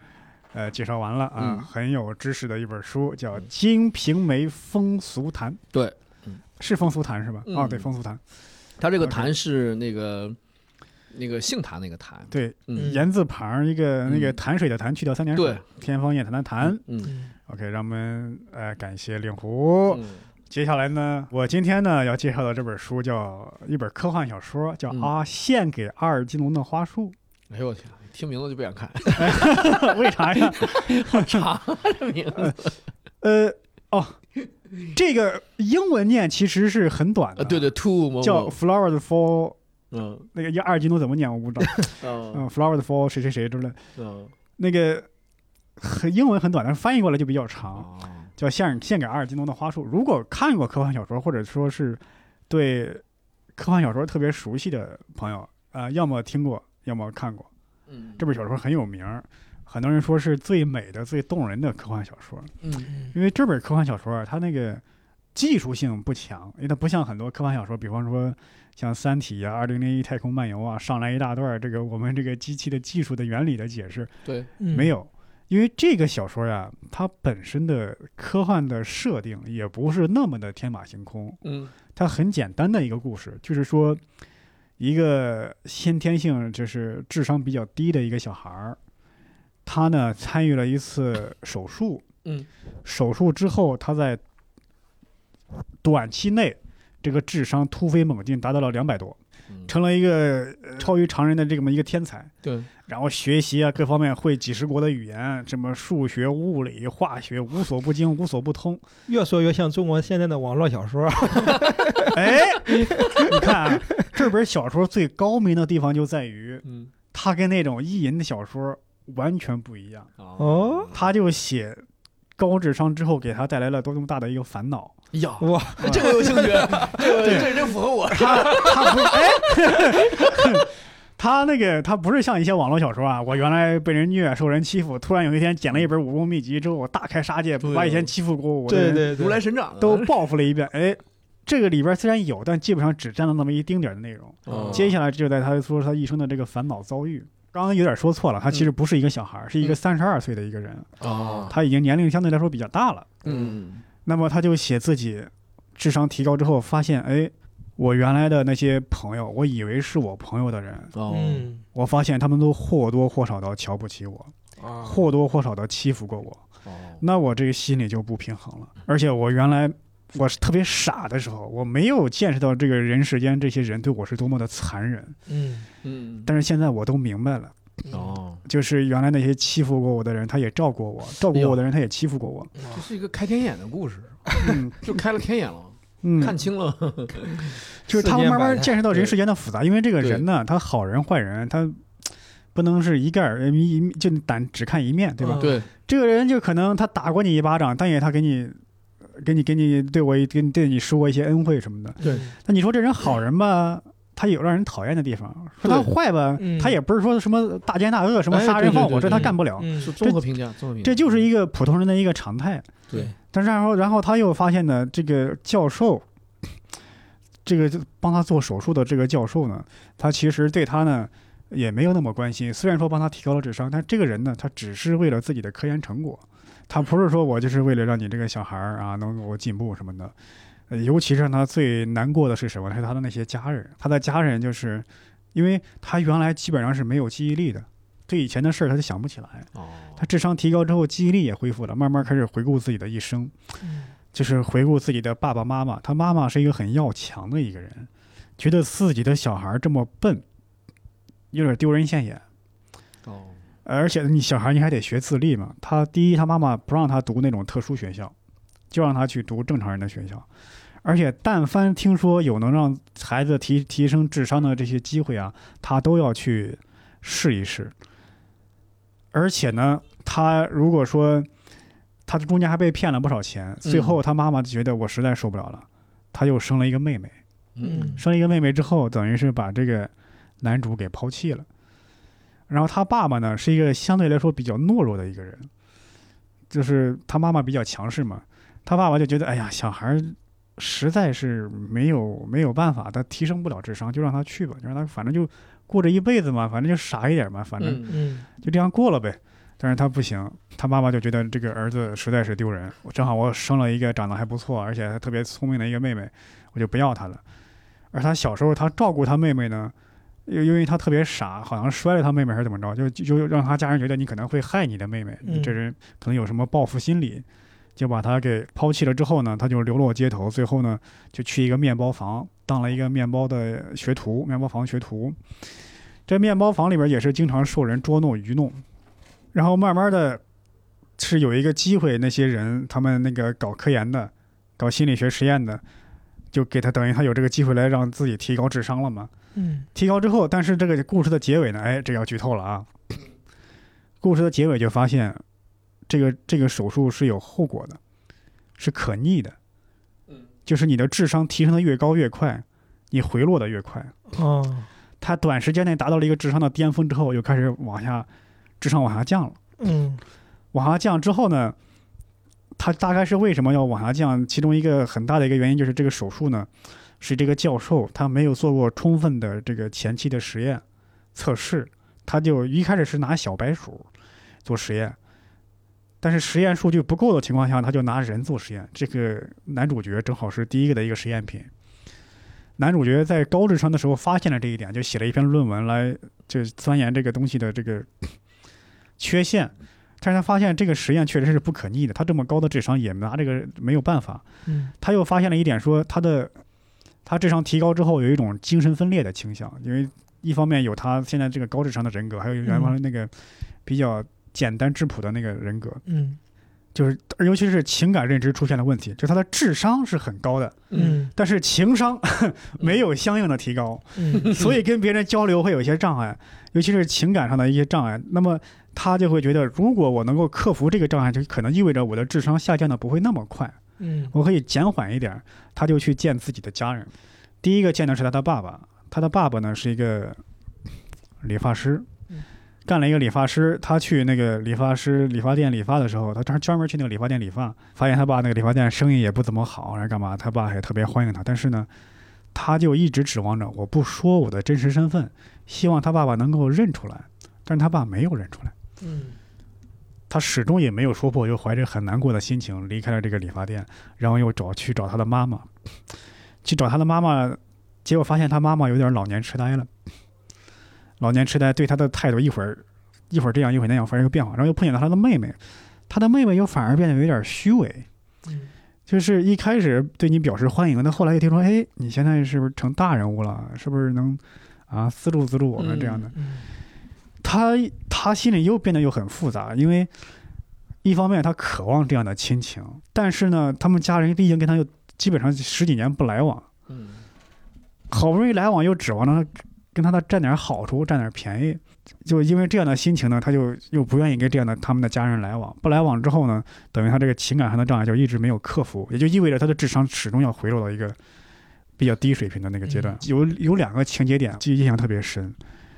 A: 呃，介绍完了啊，
B: 嗯
A: 很有知识的一本书，叫《金瓶梅风俗谈》。
B: 对嗯，
A: 是风俗谈是吧？
B: 嗯
A: 哦，对，风俗谈，
B: 他这个
A: OK
B: 谭是那个那个姓谭那个谭，
A: 对，
B: 嗯
A: 言字旁儿一个那个
B: 嗯
A: 潭水的潭，去掉三点水
B: 对，，
A: 天方夜谭的谭。
B: 嗯
A: OK，让我们呃感谢令狐。
B: 嗯
A: 接下来呢，我今天呢要介绍的这本书叫一本科幻小说，叫
B: 嗯
A: 《啊献给阿尔金龙的花束
B: 哎呦我天，听名字就不想看，》
A: 为啥呀？
B: 长这名 字
A: 呃，哦，这个英文念其实是很短的，
B: 啊，对对，two 某
A: 叫
B: 某，
A: Flowers for
B: 嗯
A: 那个阿尔金龙怎么念我不知道，
B: 嗯
A: 嗯，Flowers for 谁谁谁之类，
B: 嗯
A: 那个很英文很短，但是翻译过来就比较长。
B: 啊，
A: 叫献献给阿尔金诺的花束。如果看过科幻小说，或者说是对科幻小说特别熟悉的朋友，啊，要么听过，要么看过。
B: 嗯，
A: 这本小说很有名儿，很多人说是最美的、最动人的科幻小说。
B: 嗯
A: 因为这本科幻小说啊，它那个技术性不强，因为它不像很多科幻小说，比方说像《三体》啊、《二零零一太空漫游》啊，上来一大段儿这个我们这个机器的技术的原理的解释，
B: 对，
A: 没有，因为这个小说呀，它本身的科幻的设定也不是那么的天马行空，
B: 嗯
A: 它很简单的一个故事，就是说一个先天性就是智商比较低的一个小孩儿，他呢参与了一次手术，
B: 嗯
A: 手术之后他在短期内这个智商突飞猛进，达到了两百多，
B: 嗯
A: 成了一个呃超于常人的这么一个天才。
B: 对，
A: 然后学习啊，各方面会几十国的语言，什么数学、物理、化学，无所不精，无所不 通。
C: 越说越像中国现在的网络小说。
A: 哎，你看、啊、这本小说最高明的地方就在于，
B: 嗯
A: 它跟那种意淫的小说完全不一样。
B: 啊
C: 哦
A: 他就写高智商之后给他带来了多么大的一个烦恼。
B: 呀，
C: 哇，
B: 这个有兴趣， 这个这这符合我。
A: 他他不是哎， 他那个他不是像一些网络小说啊，我原来被人虐、受人欺负，突然有一天捡了一本武功秘籍之后，我大开杀戒，
B: 对
A: 把以前欺负过我的
C: 对
A: 人
C: 对
B: 如来
C: 对，
B: 神掌啊
A: 都报复了一遍。哎，这个里边虽然有，但基本上只占了那么一丁点儿的内容。
B: 哦
A: 接下来就在他说他一生的这个烦恼遭遇。刚刚有点说错了，他其实不是一个小孩儿，是一个三十二岁的一个人，
B: 啊，
A: 他已经年龄相对来说比较大了。
B: 嗯
A: 那么他就写自己智商提高之后，发现哎，我原来的那些朋友，我以为是我朋友的人，
B: 哦
C: 嗯
A: 我发现他们都或多或少的瞧不起我，
C: 啊
A: 或多或少的欺负过我。
B: 哦
A: 那我这个心里就不平衡了。而且我原来我是特别傻的时候，我没有见识到这个人世间这些人对我是多么的残忍。
C: 嗯
B: 嗯
A: 但是现在我都明白了。
B: 哦，
A: 就是原来那些欺负过我的人，他也照顾我；照顾我的人，
C: 哎
A: 他也欺负过 我。
B: 这是一个开天眼的故事，
A: 嗯
B: 就开了天眼了，看
A: 嗯，
B: 清了。
A: 就是他们慢
C: 世间百
A: 慢
C: 态
A: 见识到人
B: 对
A: 世间的复杂，因为这个人呢，他好人坏人，他不能是一概而一一就单只看一面，对吧？
C: 嗯
B: 对，
A: 这个人就可能他打过你一巴掌，但也他给你。给你给你对我一给你对你说过一些恩惠什么的，
C: 对
A: 那你说这人好人吧，他有让人讨厌的地方；说他
B: 对
A: 坏吧，
C: 嗯
A: 他也不是说什么大奸大恶，什么
B: 哎
A: 杀人
B: 对对
A: 放火，
B: 对
A: 这他
C: 对
A: 干不了。
C: 嗯
B: 是综合评价，综合评价，
A: 这就是一个普通人的一个常态。
B: 对
A: 但是然后然后他又发现呢，这个教授， 这个就帮他做手术的这个教授呢，他其实对他呢也没有那么关心。虽然说帮他提高了智商，但这个人呢，他只是为了自己的科研成果，他不是说我就是为了让你这个小孩儿啊能够进步什么的。呃尤其是让他最难过的是什么？是他的那些家人，他的家人就是，因为他原来基本上是没有记忆力的，对以前的事儿他就想不起来。
B: 哦
A: 他智商提高之后，记忆力也恢复了，慢慢开始回顾自己的一生，就是回顾自己的爸爸妈妈。他妈妈是一个很要强的一个人，觉得自己的小孩这么笨，有点丢人现眼。
B: 哦
A: 而且你小孩你还得学自立嘛。他第一，他妈妈不让他读那种特殊学校，就让他去读正常人的学校。而且，但凡听说有能让孩子提提升智商的这些机会啊，他都要去试一试。而且呢，他如果说他中间还被骗了不少钱，最后他妈妈就觉得我实在受不了了，他又生了一个妹妹。
B: 嗯
A: 生了一个妹妹之后，等于是把这个男主给抛弃了。然后他爸爸呢，是一个相对来说比较懦弱的一个人，就是他妈妈比较强势嘛，他爸爸就觉得，哎呀，小孩儿实在是没有没有办法，他提升不了智商，就让他去吧，就让他反正就过这一辈子嘛，反正就傻一点嘛，反正
B: 嗯
C: 嗯
A: 就这样过了呗。但是他不行，他妈妈就觉得这个儿子实在是丢人。我正好我生了一个长得还不错，而且还特别聪明的一个妹妹，我就不要他了。而他小时候他照顾他妹妹呢，又因为他特别傻，好像摔了他妹妹还是怎么着，就就就让他家人觉得你可能会害你的妹妹，
C: 嗯
A: 你这人可能有什么报复心理，就把他给抛弃了。之后呢，他就流落街头，最后呢就去一个面包房当了一个面包的学徒，面包房学徒。这面包房里边也是经常受人捉弄愚弄，然后慢慢的，是有一个机会，那些人他们那个搞科研的、搞心理学实验的，就给他等于他有这个机会来让自己提高智商了嘛。
C: 嗯
A: 提高之后，但是这个故事的结尾呢，哎，这要剧透了啊。故事的结尾就发现，这个这个手术是有后果的，是可逆的，
B: 嗯
A: 就是你的智商提升的越高越快，你回落的越快。
C: 哦
A: 他短时间内达到了一个智商的巅峰之后，又开始往下，智商往下降了。
C: 嗯
A: 往下降之后呢，他大概是为什么要往下降？其中一个很大的一个原因就是这个手术呢，是这个教授他没有做过充分的这个前期的实验测试，他就一开始是拿小白鼠做实验，但是实验数据不够的情况下，他就拿人做实验。这个男主角正好是第一个的一个实验品。男主角在高智商的时候发现了这一点，就写了一篇论文来就钻研这个东西的这个缺陷。但是他发现这个实验确实是不可逆的，他这么高的智商也拿这个没有办法。
C: 嗯
A: 他又发现了一点说，他的他智商提高之后有一种精神分裂的倾向，因为一方面有他现在这个高智商的人格，还有原来那个比较简单质朴的那个人格，
C: 嗯
A: 就是尤其是情感认知出现了问题，就他的智商是很高的，
C: 嗯
A: 但是情商 没有相应的提高。
C: 嗯
A: 所以跟别人交流会有一些障碍，尤其是情感上的一些障碍。那么他就会觉得，如果我能够克服这个障碍，就可能意味着我的智商下降的不会那么快，
C: 嗯
A: 我可以减缓一点儿。他就去见自己的家人，第一个见的是他的爸爸，他的爸爸呢是一个理发师
C: 嗯，
A: 干了一个理发师。他去那个理发师理发店理发的时候，他专专门去那个理发店理发，发现他爸那个理发店生意也不怎么好，然后干嘛？他爸也特别欢迎他，但是呢，他就一直指望着我不说我的真实身份，希望他爸爸能够认出来，但是他爸没有认出来。
C: 嗯
A: 他始终也没有说破，又怀着很难过的心情离开了这个理发店，然后又找去找他的妈妈，去找他的妈妈，结果发现他妈妈有点老年痴呆了，老年痴呆对他的态度一会儿一会儿这样一会儿那样发生一个变化，然后又碰见了他的妹妹，他的妹妹又反而变得有点虚伪，
C: 嗯
A: 就是一开始对你表示欢迎，但后来又听说，哎，你现在是不是成大人物了？是不是能啊资助资助我们这样的？
C: 嗯
A: 他他心里又变得又很复杂，因为一方面他渴望这样的亲情，但是呢，他们家人毕竟跟他又基本上十几年不来往，
B: 嗯，
A: 好不容易来往又指望着他跟他的占点好处，占点便宜，就因为这样的心情呢，他就又不愿意跟这样的他们的家人来往。不来往之后呢，等于他这个情感上的障碍就一直没有克服，也就意味着他的智商始终要回落到一个比较低水平的那个阶段。
C: 嗯
A: 有有两个情节点记忆印象特别深，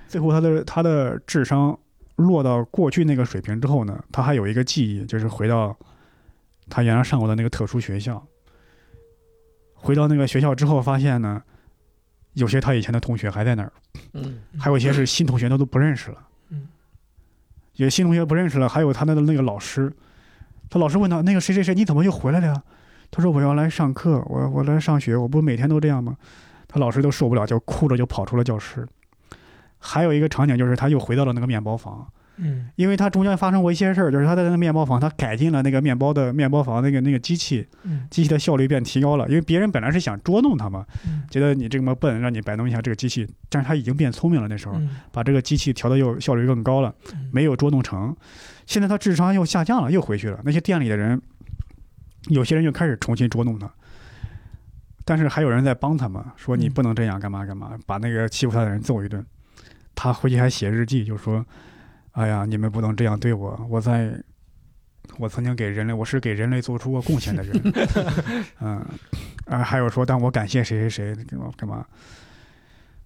A: 最后他的他的智商落到过去那个水平之后呢，他还有一个记忆，就是回到他原来上过的那个特殊学校。回到那个学校之后，发现呢，有些他以前的同学还在那儿，
B: 嗯，
A: 还有一些是新同学，他都不认识了。
C: 嗯，
A: 有些新同学不认识了，还有他的那个老师，他老师问他那个谁谁谁，你怎么又回来了呀？他说我要来上课，我我来上学，我不每天都这样吗？他老师都受不了，就哭着就跑出了教室。还有一个场景就是他又回到了那个面包房，
C: 嗯
A: 因为他中间发生过一些事儿，就是他在那个面包房，他改进了那个面包的面包房那个那个机器，
C: 嗯
A: 机器的效率变提高了，因为别人本来是想捉弄他嘛，
C: 嗯
A: 觉得你这么笨，让你摆弄一下这个机器，但是他已经变聪明了，那时候
C: 嗯
A: 把这个机器调的又效率更高了，没有捉弄成。现在他智商又下降了，又回去了。那些店里的人，有些人又开始重新捉弄他，但是还有人在帮他们，说你
C: 嗯
A: 不能这样，干嘛干嘛，把那个欺负他的人揍一顿。他回去还写日记，就说：“哎呀，你们不能这样对我，我在。”我曾经给人类，我是给人类做出过贡献的 人，嗯，啊，还有说，但我感谢谁谁谁，干嘛干嘛。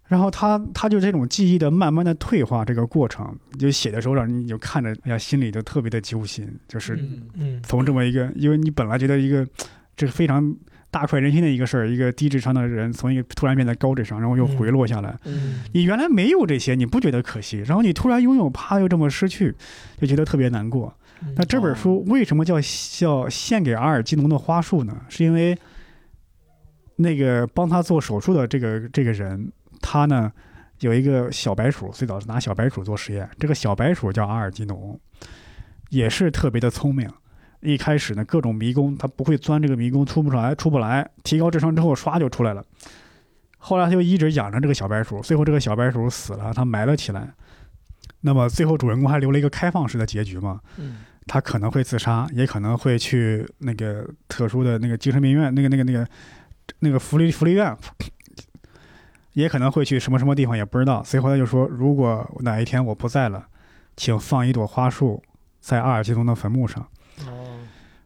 A: 然后他他就这种记忆的慢慢的退化这个过程，就写的时候让你就看着，哎呀，心里就特别的揪心，就是
B: 嗯
C: 嗯
A: 从这么一个，因为你本来觉得一个这是非常大快人心的一个事儿，一个低智商的人从一个突然变得高智商，然后又回落下来，
B: 嗯
A: 你原来没有这些，你不觉得可惜，然后你突然拥有，啪又这么失去，就觉得特别难过。那这本书为什么叫叫献给阿尔基农的花束呢？是因为那个帮他做手术的这个这个人，他呢有一个小白鼠，最早是拿小白鼠做实验，这个小白鼠叫阿尔基农，也是特别的聪明。一开始呢，各种迷宫他不会钻这个迷宫，出不出来，出不来。提高智商之后，唰就出来了。后来他就一直养着这个小白鼠，最后这个小白鼠死了，他埋了起来。那么最后主人公还留了一个开放式的结局嘛？
B: 嗯
A: 他可能会自杀，也可能会去那个特殊的那个精神病院，那个那个那个那个福利福利院，也可能会去什么什么地方，也不知道。所以后来就说，如果哪一天我不在了，请放一朵花束在阿尔基东的坟墓上。
B: 哦，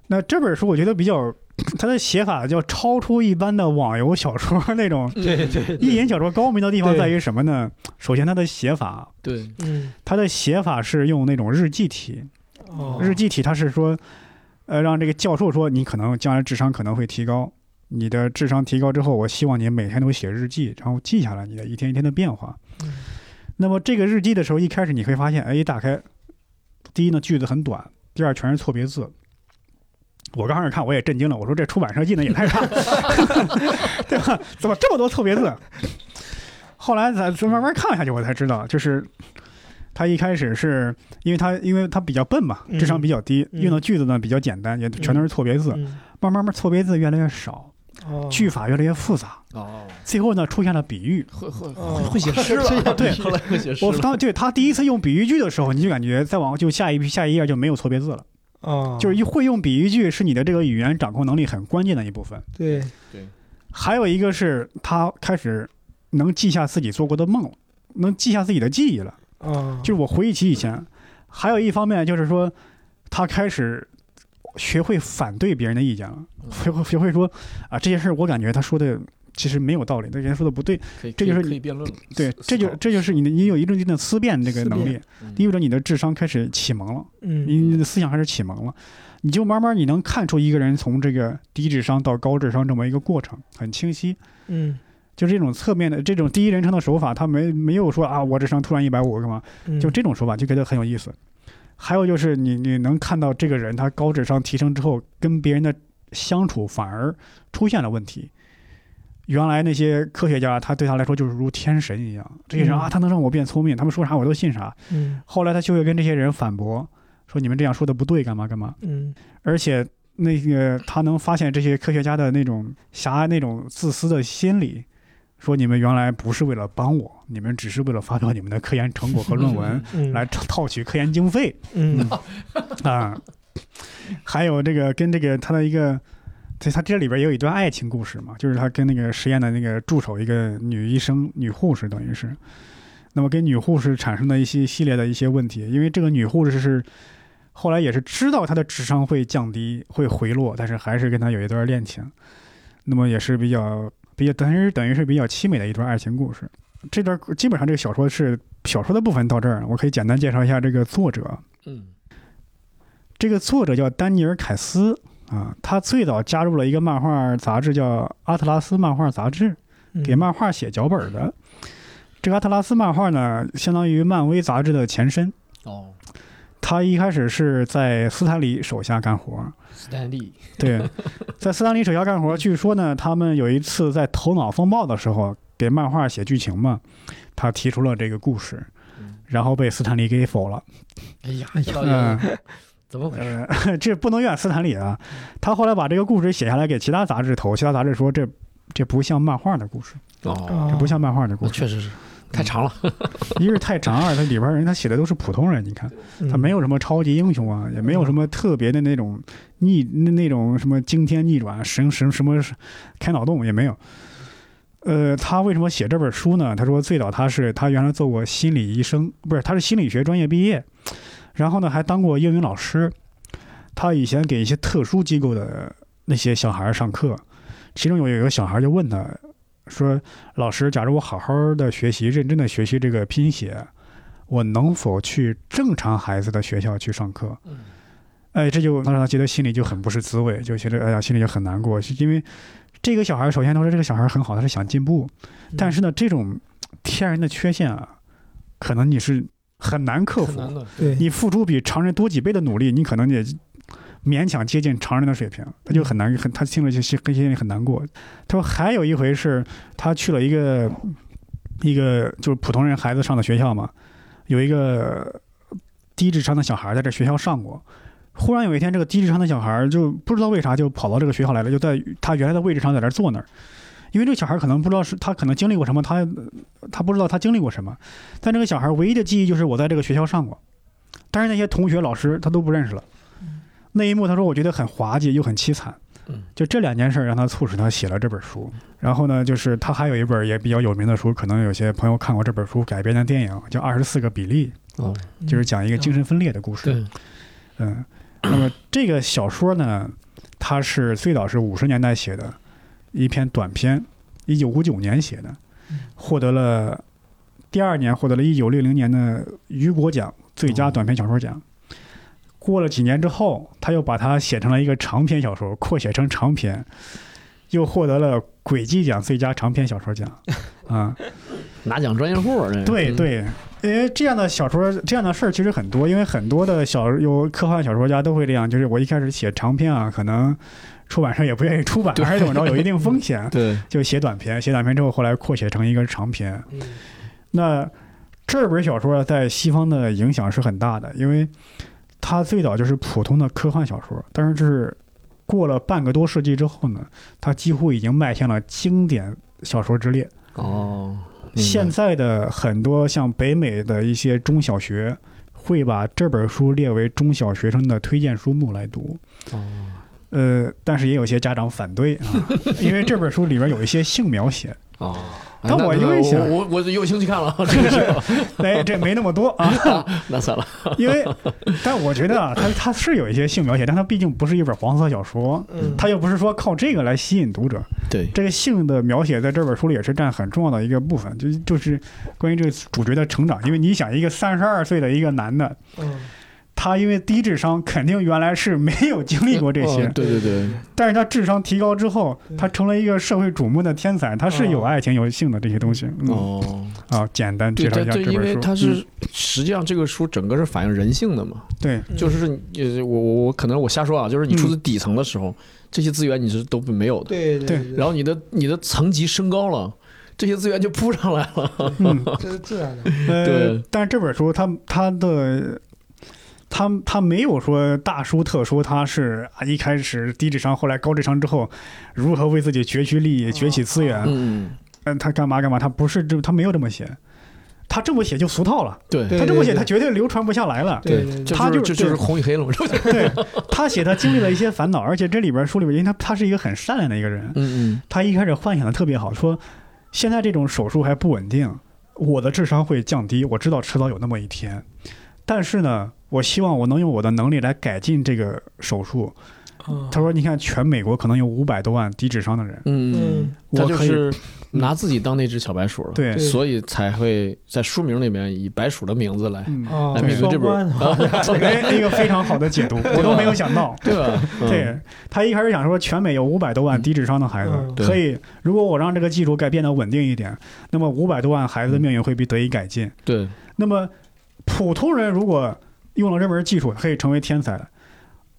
A: 那这本书我觉得比较， 它的写法叫超出一般的网游小说那种
C: 对对
A: 意淫小说高明的地方
C: 对
A: 在于什么呢？首先，它的写法，
B: 对，
C: 嗯
A: 它的写法是用那种日记体，
C: 哦
A: 日记体它是说，呃，让这个教授说你可能将来智商可能会提高，你的智商提高之后，我希望你每天都写日记，然后记下来你的一天一天的变化。
C: 嗯
A: 那么这个日记的时候，一开始你会发现，哎，一打开，第一呢句子很短，第二全是错别字。我刚开始看我也震惊了，我说这出版社技能也太差， 对吧？怎么这么多错别字？后来咱咱慢慢看下去，我才知道，就是他一开始是因为他因为他比较笨嘛，
C: 嗯
A: 智商比较低，
C: 嗯
A: 用的句子呢比较简单，也全都是错别字。
C: 嗯
A: 慢慢慢错别字越来越少，
C: 哦
A: 句法越来越复杂，
B: 哦，
A: 最后呢出现了比喻。
B: 会会
C: 哦
B: 会写诗了，
A: 啊对
B: 后来会写诗
A: 我
B: 了，
A: 当对他第一次用比喻句的时候，你就感觉再往后就下一下一页就没有错别字了，
C: 哦
A: 就是一会用比喻句是你的这个语言掌控能力很关键的一部分。
C: 对
A: 还有一个是他开始能记下自己做过的梦了，能记下自己的记忆了。
C: 哦
A: 就是我回忆起以前，还有一方面就是说，他开始学会反对别人的意见了，
C: 嗯
A: 学会学会说啊，这件事儿我感觉他说的其实没有道理，那人说的不对，
B: 可以，
A: 这就是
B: 可以可
A: 你
B: 以辩论了。
A: 对，
B: 思
A: 这就
B: 考
A: 这就是你的你有一定的思辨这个
C: 思
A: 能
C: 辨
A: 力，
B: 嗯
A: 意味着你的智商开始启蒙了，你
C: 嗯
A: 你的思想开始启蒙了，你就慢慢你能看出一个人从这个低智商到高智商这么一个过程，很清晰。
C: 嗯
A: 就这种侧面的这种第一人称的手法，他没没有说啊，我智商突然一百五干嘛？
C: 嗯，
A: 就这种手法就觉得很有意思。还有就是你你能看到这个人他高智商提升之后，跟别人的相处反而出现了问题。原来那些科学家，他对他来说就是如天神一样。这些人
C: 嗯
A: 啊，他能让我变聪明，他们说啥我都信啥。
C: 嗯
A: 后来他就会跟这些人反驳，说你们这样说的不对，干嘛干嘛。
C: 嗯
A: 而且那个他能发现这些科学家的那种狭隘、那种自私的心理，说你们原来不是为了帮我，你们只是为了发表你们的科研成果和论 文，
C: 嗯
A: 来套取科研经费
C: 嗯
A: 啊。还有这个跟这个他的一个，对他这里边也有一段爱情故事嘛，就是他跟那个实验的那个助手，一个女医生、女护士，等于是，那么跟女护士产生的一些系列的一些问题，因为这个女护士是后来也是知道她的智商会降低、会回落，但是还是跟他有一段恋情，那么也是比较比较，等于等于是比较凄美的一段爱情故事。这段基本上这个小说是小说的部分到这儿，我可以简单介绍一下这个作者。
B: 嗯
A: 这个作者叫丹尼尔·凯斯啊，他最早加入了一个漫画杂志，叫《阿特拉斯漫画杂志》，给漫画写脚本的。这个阿特拉斯漫画呢，相当于漫威杂志的前身。
B: 哦，
A: 他一开始是在斯坦李手下干活，
B: 斯坦利
A: 对， 在斯坦李手下干活。据说呢，他们有一次在《头脑风暴》的时候给漫画写剧情嘛，他提出了这个故事
B: 嗯，
A: 然后被斯坦李给否了。
B: 哎呀
C: 哎呀
B: 到底
A: 嗯。
B: 怎么回事？嗯
A: 呃， 这不能怨斯坦李啊，他后来把这个故事写下来给其他杂志投，其他杂志说这这不像漫画的故事，
B: 哦，
A: 这不像漫画的故
B: 那
A: 事，
B: 确实是太长了。
A: 一是太长，二它里边人他写的都是普通人，你看他没有什么超级英雄啊，也没有什么特别的那种逆那那种什么惊天逆转神神什么开脑洞也没有。呃，他为什么写这本书呢？他说最早他是他原来做过心理医生，不是他是心理学专业毕业，然后呢还当过英语老师。他以前给一些特殊机构的那些小孩儿上课，其中有一个小孩儿就问他说：“老师，假如我好好的学习，认真的学习这个拼写，我能否去正常孩子的学校去上课？”
B: 嗯
A: 哎，这就让他觉得心里就很不是滋味，就觉得哎呀，心里就很难过，是因为这个小孩，首先他说这个小孩很好，他是想进步，
C: 嗯
A: 但是呢，这种天然的缺陷啊，可能你是很难克
B: 很
A: 服，
B: 难的。
C: 对
A: 你付出比常人多几倍的努力，你可能也勉强接近常人的水平，他就很难，很他听了就心很心里很难过。他说还有一回是他去了一个一个就是普通人孩子上的学校嘛，有一个低智商的小孩在这学校上过。忽然有一天，这个低智商的小孩就不知道为啥就跑到这个学校来了，就在他原来的位置上在那儿坐那儿。因为这个小孩可能不知道是他可能经历过什么，他他不知道他经历过什么，但这个小孩唯一的记忆就是我在这个学校上过。但是那些同学、老师他都不认识了。那一幕，他说我觉得很滑稽又很凄惨
B: 嗯。
A: 就这两件事儿让他促使他写了这本书。然后呢，就是他还有一本也比较有名的书，可能有些朋友看过这本书改编的电影，叫《二十四个比利
B: 哦，》，
A: 就是讲一个精神分裂的故事。
B: 对，
A: 嗯，那么这个小说呢，它是最早是五十年代写的一篇短篇，一九五九年写的，获得了第二年获得了一九六零年的雨果奖最佳短篇小说奖。过了几年之后，他又把它写成了一个长篇小说，扩写成长篇，又获得了轨迹奖最佳长篇小说奖。啊、
B: 拿奖专业户儿，这
A: 对
B: 嗯
A: 对，因为这样的小说，这样的事儿其实很多，因为很多的小有科幻小说家都会这样，就是我一开始写长篇啊，可能出版社也不愿意出版，还是怎么着，有一定风险，
B: 对，
A: 就写短篇，写短篇之后，后来扩写成一个长篇。那这本小说在西方的影响是很大的，因为它最早就是普通的科幻小说，但是这是过了半个多世纪之后呢，它几乎已经迈向了经典小说之列。
B: 哦，明白
A: 现在的很多像北美的一些中小学，会把这本书列为中小学生的推荐书目来读。
B: 哦，
A: 呃，但是也有些家长反对啊，因为这本书里边有一些性描写，
B: 哦，哎
A: 但
B: 那
A: 我
B: 那
A: 又一想
B: 我我我有兴趣 看了，这个啊是
A: 哎，这没那么多啊，
B: 那算了，
A: 因为，但我觉得啊，它它是有一些性描写，但它毕竟不是一本黄色小说，
C: 嗯，
A: 它又不是说靠这个来吸引读者。
B: 对，
A: 这个性的描写在这本书里也是占很重要的一个部分，就就是关于这个主角的成长。因为你想，一个三十二岁的一个男的，
C: 嗯
A: 他因为低智商，肯定原来是没有经历过这些，
B: 嗯对对对，
A: 但是他智商提高之后，
C: 对
A: 他成了一个社会瞩目的天才，他是有
C: 哦
A: 爱情、有性的这些东西。嗯、
B: 哦，
A: 啊，简单
B: 对，
A: 介绍
B: 但
A: 一下
B: 就
A: 这
B: 因
A: 本
B: 为
A: 书。
B: 它
A: 嗯
B: 是实际上这个书整个是反映人性的嘛，
A: 对，
B: 就是你呃，我我我可能我瞎说啊，就是你处于底层的时候，这些资源你是都没有的，
C: 对
A: 嗯对
C: 对，
B: 然后你的你的层级升高了，这些资源就扑上来了，
A: 嗯，
C: 这是自然的，
A: 呃
B: 对，
A: 但是这本书它它的。它它没有说大书特书，它是啊一开始低智商，后来高智商之后，如何为自己攫取利益、攫取资源，
B: 嗯，
A: 嗯，他干嘛干嘛，他不是这，他没有这么写，他这么写就俗套了，
B: 对
C: 对
A: 他这么写他绝对流传不下来了。
C: 对对
B: 这
A: 他
B: 就
A: 就是
B: 这就是红与黑了嘛，这不是
A: 对他写他经历了一些烦恼，而且这里边书里边，因为他他是一个很善良的一个人，
B: 嗯
A: 他一开始幻想的特别好，说现在这种手术还不稳定，我的智商会降低，我知道迟早有那么一天，但是呢，我希望我能用我的能力来改进这个手术。
C: 嗯
A: 他说，你看全美国可能有五百多万低智商的人，
B: 嗯嗯，
C: 嗯
B: 他
A: 我
B: 就
A: 可以
B: 是拿自己当那只小白鼠了，
A: 对
C: 对
B: 所以才会在书名里面以白鼠的名字来，
A: 嗯，
C: 哦
B: 来面对这本
C: 双关
B: 啊，
A: 哎，一个非常好的解读，我都没有想到。
B: 对吧？嗯
A: 对他一开始想说，全美有五百多万低智商的孩子，
C: 嗯
B: 对
A: 可以，如果我让这个技术改变得稳定一点，那么五百多万孩子的命运会被得以改进。
B: 对，
A: 那么普通人如果用了这门技术，可以成为天才，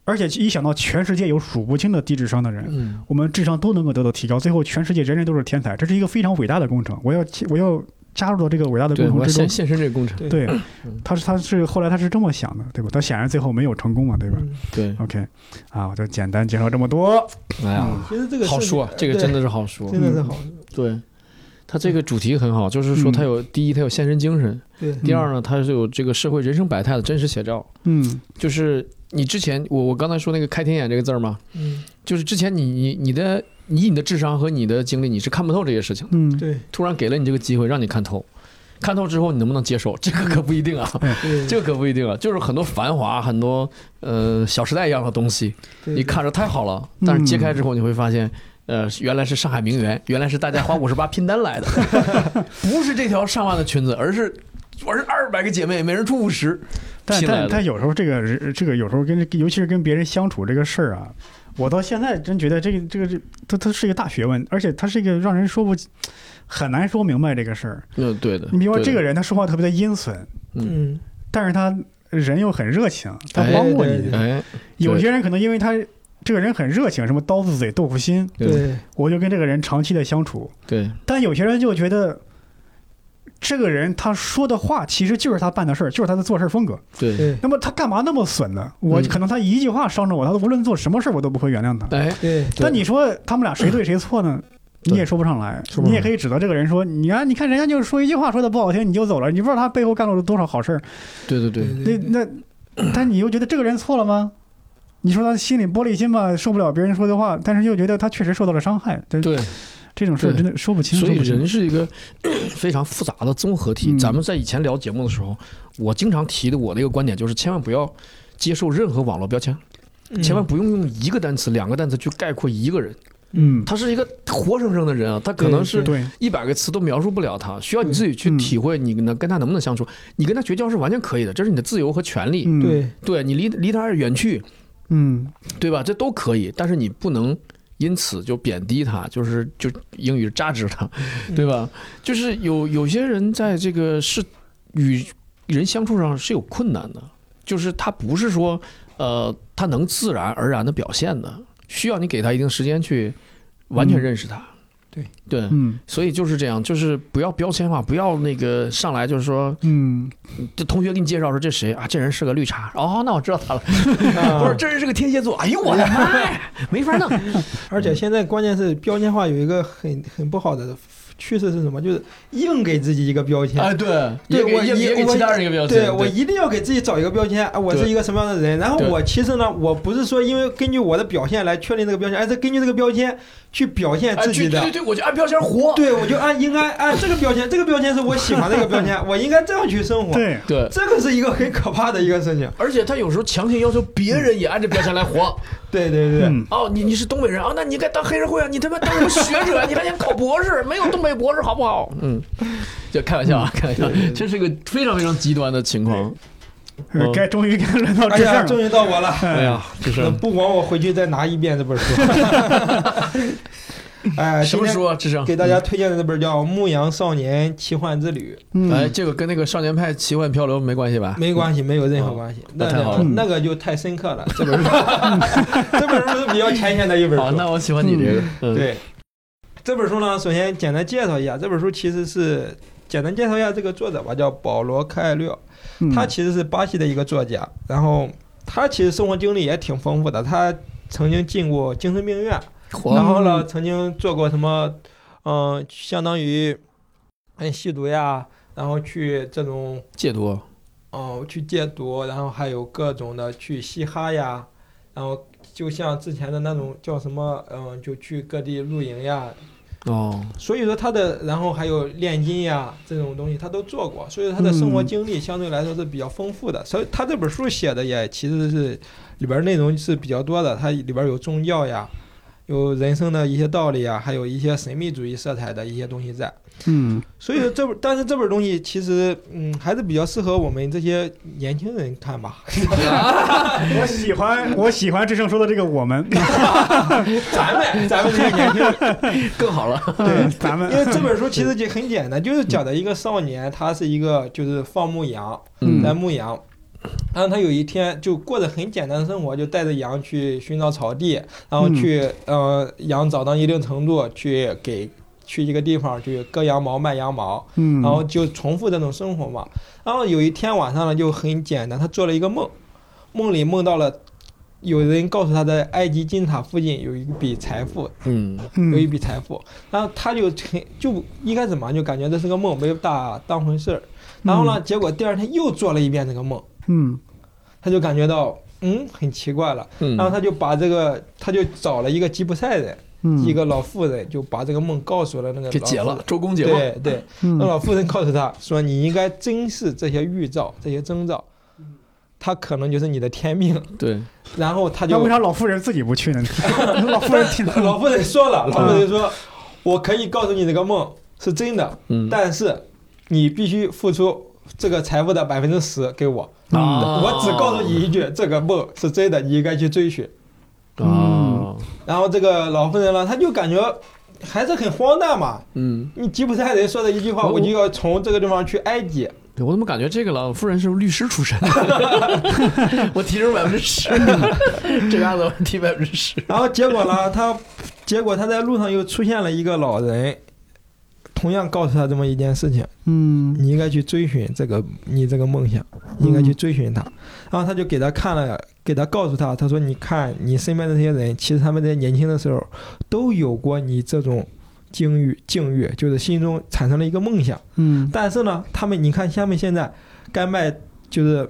A: 而且一想到全世界有数不清的低智商的人。
B: 嗯，
A: 我们智商都能够得到提高，最后全世界人人都是天才，这是一个非常伟大的工程。我要我要加入到这个嗯伟大的
B: 对，
A: 工
B: 我
A: 程
B: 嗯要
A: 之中
B: 现。现身这个工程，
A: 对，他是他是后来他是这么想的，对吧？他显然最后没有成功嘛，对吧
C: 嗯
B: 对，
A: ？OK，啊，我就简单介绍这么多。
B: 哎呀，
A: 嗯
C: 其实这个
B: 好
C: 是
B: 书啊，这个真的是好
C: 对
B: 书，
C: 真的是好，
B: 对，它这个主题很好，就是说它
A: 嗯
B: 有第一，它有献身精神；
C: 对
B: 第二呢，它是有这个社会人生百态的真实写照。
A: 嗯
B: 就是你之前我我刚才说那个“开天眼”这个字儿嘛，
C: 嗯
B: 就是之前你你你的你以你的智商和你的经历，你是看不透这些事情的。
A: 嗯，
C: 对
B: 突然给了你这个机会，让你看透，看透之后你能不能接受， 这个可不一定啊。
C: 嗯对，
B: 这个可不一定啊，就是很多繁华、很多呃《小时代》一样的东西，
C: 对
B: 你看着太好了，但是揭开之后你会发现，呃，原来是上海名媛，原来是大家花五十八拼单来的， 不是这条上万的裙子，而是而是二百个姐妹，每人出五十，
A: 但
B: 拼来
A: 但
B: 的。
A: 但有时候这个人这个有时候跟尤其是跟别人相处这个事儿啊，我到现在真觉得这个这个这它它是一个大学问，而且它是一个让人说不很难说明白这个事儿。
B: 嗯，对的。
A: 你比如说
B: 对的
A: 这个，人，他说话特别的阴损，
C: 嗯
A: 但是他人又很热情，他
B: 哎
A: 帮过
C: 对
A: 你。
C: 对
B: 哎，
A: 有些人可能因为他这个人很热情，什么刀子嘴豆腐心，
B: 对
C: 对
A: 我就跟这个人长期的相处。
B: 对
A: 但有些人就觉得。这个人他说的话其实就是他办的事儿，就是他的做事风格。
B: 对，
C: 对
A: 那么他干嘛那么损呢？我
B: 嗯
A: 可能他一句话伤着我，他无论做什么事儿我都不会原谅他。
B: 哎，
C: 对，
A: 但你说他们俩谁对谁错呢？
B: 对
A: 你也说不上来，
B: 说不上来
A: 你也可以指责这个人说，你看，你看人家就是说一句话说的不好听，你就走了，你不知道他背后干了多少好事儿。
B: 对对对，
A: 那那，但你又觉得这个人错了吗？你说他心里玻璃心吧，受不了别人说的话，但是又觉得他确实受到了伤害。这
B: 对，
A: 这种事儿真的说不清，
B: 所以
A: 说不清
B: 人是一个 非常复杂的综合体。
A: 嗯
B: 咱们在以前聊节目的时候，我经常提的我的一个观点就是，千万不要接受任何网络标签，
C: 嗯
B: 千万不用用一个单词、两个单词去概括一个人。
A: 嗯，
B: 他是一个活生生的人啊，他可能是。
A: 对，
B: 一百个词都描述不了他，需要你
C: 对
B: 自己去
A: 嗯
B: 体会，你能跟他能不能相处？你跟他绝交是完全可以的，这是你的自由和权利。
A: 嗯，
C: 对
B: 对你离离他远去，
A: 嗯，
B: 对吧？这都可以，但是你不能因此就贬低他，就是就英语榨汁他，对吧？就是有有些人在这个是与人相处上是有困难的，就是他不是说呃他能自然而然的表现的，需要你给他一定时间去完全
A: 嗯
B: 认识他。
C: 对
B: 对，
A: 嗯
B: 所以就是这样，就是不要标签化，不要那个上来就是说，
A: 嗯，
B: 这同学给你介绍说这谁啊，这人是个绿茶，哦，那我知道他了。
C: 啊
B: 不是，这人是个天蝎座，哎呦我的妈呀，没法弄。嗯
C: 而且现在关键是标签化有一个很很不好的趋势是什么？就是硬给自己一个标签。
B: 哎，对，
C: 对
B: 也给
C: 我
B: 也也
C: 也
B: 给
C: 我
B: 其他人一个标签，
C: 对我一定要给自己找一个标签，啊，我是
B: 对
C: 一个什么样的人。然后
B: 对
C: 我其实呢，我不是说因为根据我的表现来确定这个标签，而是根据这个标签去表现
B: 哎
C: 自己
B: 对
C: 的。
B: 对对，我就按标签活，
C: 对，我就按应该按这个标签，这个标签是我喜欢的一个标签， 我应该这样去生活。
A: 对，
B: 对，
C: 这个是一个很可怕的一个事情。
B: 而且他有时候强行要求别人也按这标签来活。
C: 对对对，
A: 嗯，
B: 哦，你你是东北人啊？那你该当黑社会啊！你他妈当什么学者？啊你还想考博士？没有东北博士好不好？嗯，就开玩笑
C: 嗯
B: 啊，开玩笑，这是个非常非常极端的情况。
A: 呃
B: 嗯
A: 该终于该轮到
C: 哎
A: 志
C: 呀，
A: 胜了。
C: 终于到我了。
B: 哎呀，就是
C: 那不枉我回去再拿一遍这本书。 哎，
B: 什么
C: 今天
B: 书啊？这是
C: 给大家推荐的这本叫《牧羊少年奇幻之旅
A: 嗯
B: 哎，这个跟那个少年派奇幻漂流没关系吧》，？
C: 没关系，没有任何关系。那
B: 哦那太好
C: 个
A: 了
C: 那个就太深刻了，这本书， 这本书是比较浅显的一本
B: 好，那
C: 书。
B: 我喜欢你这个。嗯，
C: 对，这本书呢，首先简单介绍一下，这本书其实是简单介绍一下这个作者吧，叫保罗·凯略。
A: 嗯
C: 他其实是巴西的一个作家，然后他其实生活经历也挺丰富的，他曾经进过精神病院，
B: 火
C: 然后呢
A: 嗯
C: 曾经做过什么，嗯、相当于嗯吸毒呀，然后去这种
B: 戒毒，
C: 嗯、去戒毒，然后还有各种的去嘻哈呀，然后就像之前的那种叫什么，嗯、就去各地露营呀，
B: 哦，
C: 所以说他的，然后还有炼金呀这种东西，他都做过，所以说他的生活经历相对来说是比较丰富的。所以他这本书写的也其实是里边内容是比较多的，它里边有宗教呀，有人生的一些道理呀，还有一些神秘主义色彩的一些东西在。
A: 嗯
C: 所以说这本，但是这本东西其实，嗯，还是比较适合我们这些年轻人看吧。哎
A: 我喜欢我喜欢志胜说的这个我们，
C: 咱们咱们这些年轻人。
B: 更好了。
A: 对，咱们
C: 因为这本书其实就很简单，就是讲的一个少年，他是一个就是放牧羊，
A: 嗯
C: 在牧羊。然后他有一天就过着很简单的生活，就带着羊去寻找草地，然
A: 嗯
C: 后去、呃羊长到一定程度，去给去一个地方去割羊毛卖羊毛，
A: 嗯，
C: 然后就重复这种生活嘛。然后有一天晚上呢就很简单，他做了一个梦，梦里梦到了有人告诉他在埃及金字塔附近有一笔财富，
B: 嗯，
C: 有一
A: 嗯
C: 笔财富，然后他就很就一开始嘛就感觉这是个梦，没有大当回事儿。然后呢，结果第二天又做了一遍这个梦，
A: 嗯
C: 他就感觉到嗯很奇怪了，
B: 嗯
C: 然后他就把这个他就找了一个吉普赛人，
A: 嗯
C: 一个老妇人，就把这个梦告诉了那个
B: 给
C: 老
B: 解
C: 妇
B: 了
C: 人，。
B: 周公解梦。
C: 对对，
A: 嗯
C: 那老妇人告诉他说：“你应该珍视这些预兆，这些征兆，它可能就是你的天命。
B: 对，”
C: 然后他
A: 那
C: 就
A: 为啥老妇人自己不去呢？老妇人听
C: 老妇人说
B: 嗯
C: 了，老妇人说：“我可以告诉你这个梦是真的，
B: 嗯，
C: 但是你必须付出这个财富的百分之十给我。
B: 啊
C: 嗯我只告诉你一句，这个梦是真的，你应该去追寻。
B: 啊，
C: 然后这个老妇人呢，她就感觉还是很荒诞嘛。
B: 嗯，
C: 你吉普赛人说的一句话，
B: 我
C: 我就要从这个地方去埃及。
B: 对我怎么感觉这个老夫人是不是律师出身？ 我提成百分之十， 这个案子我提百分之十。
C: 然后结 果呢，她结果她在路上又出现了一个老人，同样告诉她这么一件事情。
A: 嗯
C: 你应该去追寻这个你这个梦想，你应该去追寻它。然后他就给他看了，给他告诉他，他说：“你看你身边的这些人，其实他们在年轻的时候都有过你这种境遇，境遇就是心中产生了一个梦想。
A: 嗯
C: 但是呢，他们你看他们现在该卖就是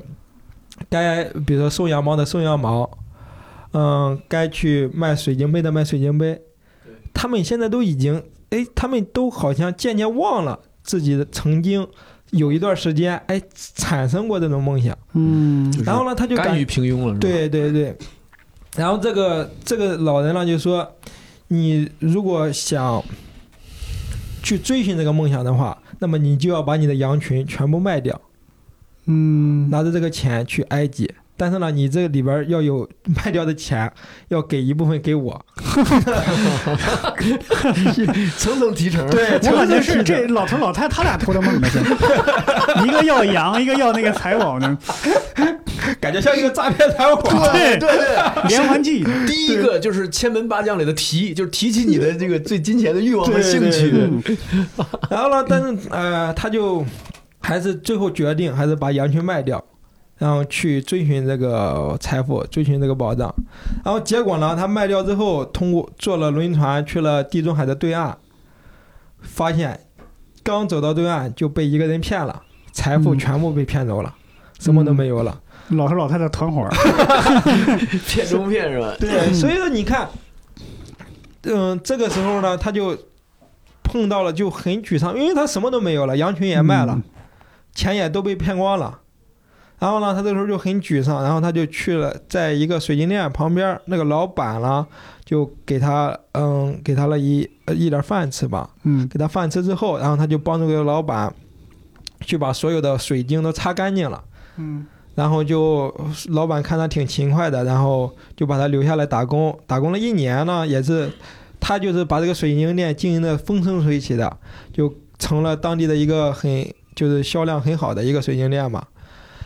C: 该比如说送羊毛的送羊毛，嗯，该去卖水晶杯的卖水晶杯，他们现在都已经哎，他们都好像渐渐忘了自己的曾经有一段时间哎产生过这种梦想，
A: 嗯
B: 就是
C: 然后呢，他就
B: 甘
C: 感
B: 于平庸了，是吧？，
C: 对对对，然后这个这个老人呢就说，你如果想去追寻这个梦想的话，那么你就要把你的羊群全部卖掉，
A: 嗯
C: 拿着这个钱去埃及。但是呢，你这里边要有卖掉的钱，要给一部分给我。
B: 层层提成。
C: 对，
A: 我感觉
C: 这
A: 是
C: 个
A: 这老头老太他俩托的梦呢，这 一个要羊，一个要那个财宝呢，
C: 感觉像一个诈骗团伙。
A: 对，
B: 对对，
A: 连环计，
B: 第一个就是千门八将里的提，就是提起你的这个对金钱的欲望和兴
C: 对对
B: 趣。
A: 嗯
C: 然后呢，但是呃，他就还是最后决定还是把羊群卖掉，然后去追寻这个财富，追寻这个宝藏。然后结果呢，他卖掉之后，通过坐了轮船去了地中海的对岸，发现刚走到对岸就被一个人骗了，财富
A: 嗯
C: 全部被骗走了，什么都没有了。
A: 老头老太太团伙儿，
B: 骗中骗是吧？
C: 对，所以说你看，嗯、这个时候呢，他就碰到了，就很沮丧，因为他什么都没有了，羊群也卖了，
A: 嗯
C: 钱也都被骗光了。然后呢，他这时候就很沮丧，然后他就去了，在一个水晶店旁边，那个老板呢，就给他，嗯，给他了一呃一点饭吃吧，
A: 嗯
C: 给他饭吃之后，然后他就帮助这个老板去把所有的水晶都擦干净了。
A: 嗯
C: 然后就老板看他挺勤快的，然后就把他留下来打工，打工了一年呢，也是他就是把这个水晶店经营的风生水起的，就成了当地的一个很就是销量很好的一个水晶店嘛。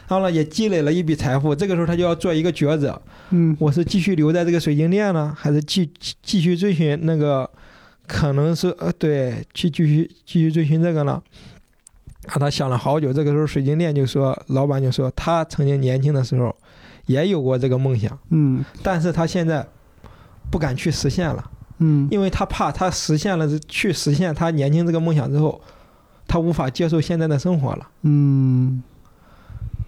C: 然后呢，也积累了一笔财富，这个时候他就要做一个抉择：
A: 嗯
C: 我是继续留在这个水晶店呢，还是继继继续追寻那个可能是呃对，去继续继续追寻这个呢？啊，他想了好久。这个时候，水晶店就说，老板就说，他曾经年轻的时候也有过这个梦想，
A: 嗯
C: 但是他现在不敢去实现了，
A: 嗯
C: 因为他怕他实现了去实现他年轻这个梦想之后，他无法接受现在的生活了。
A: 嗯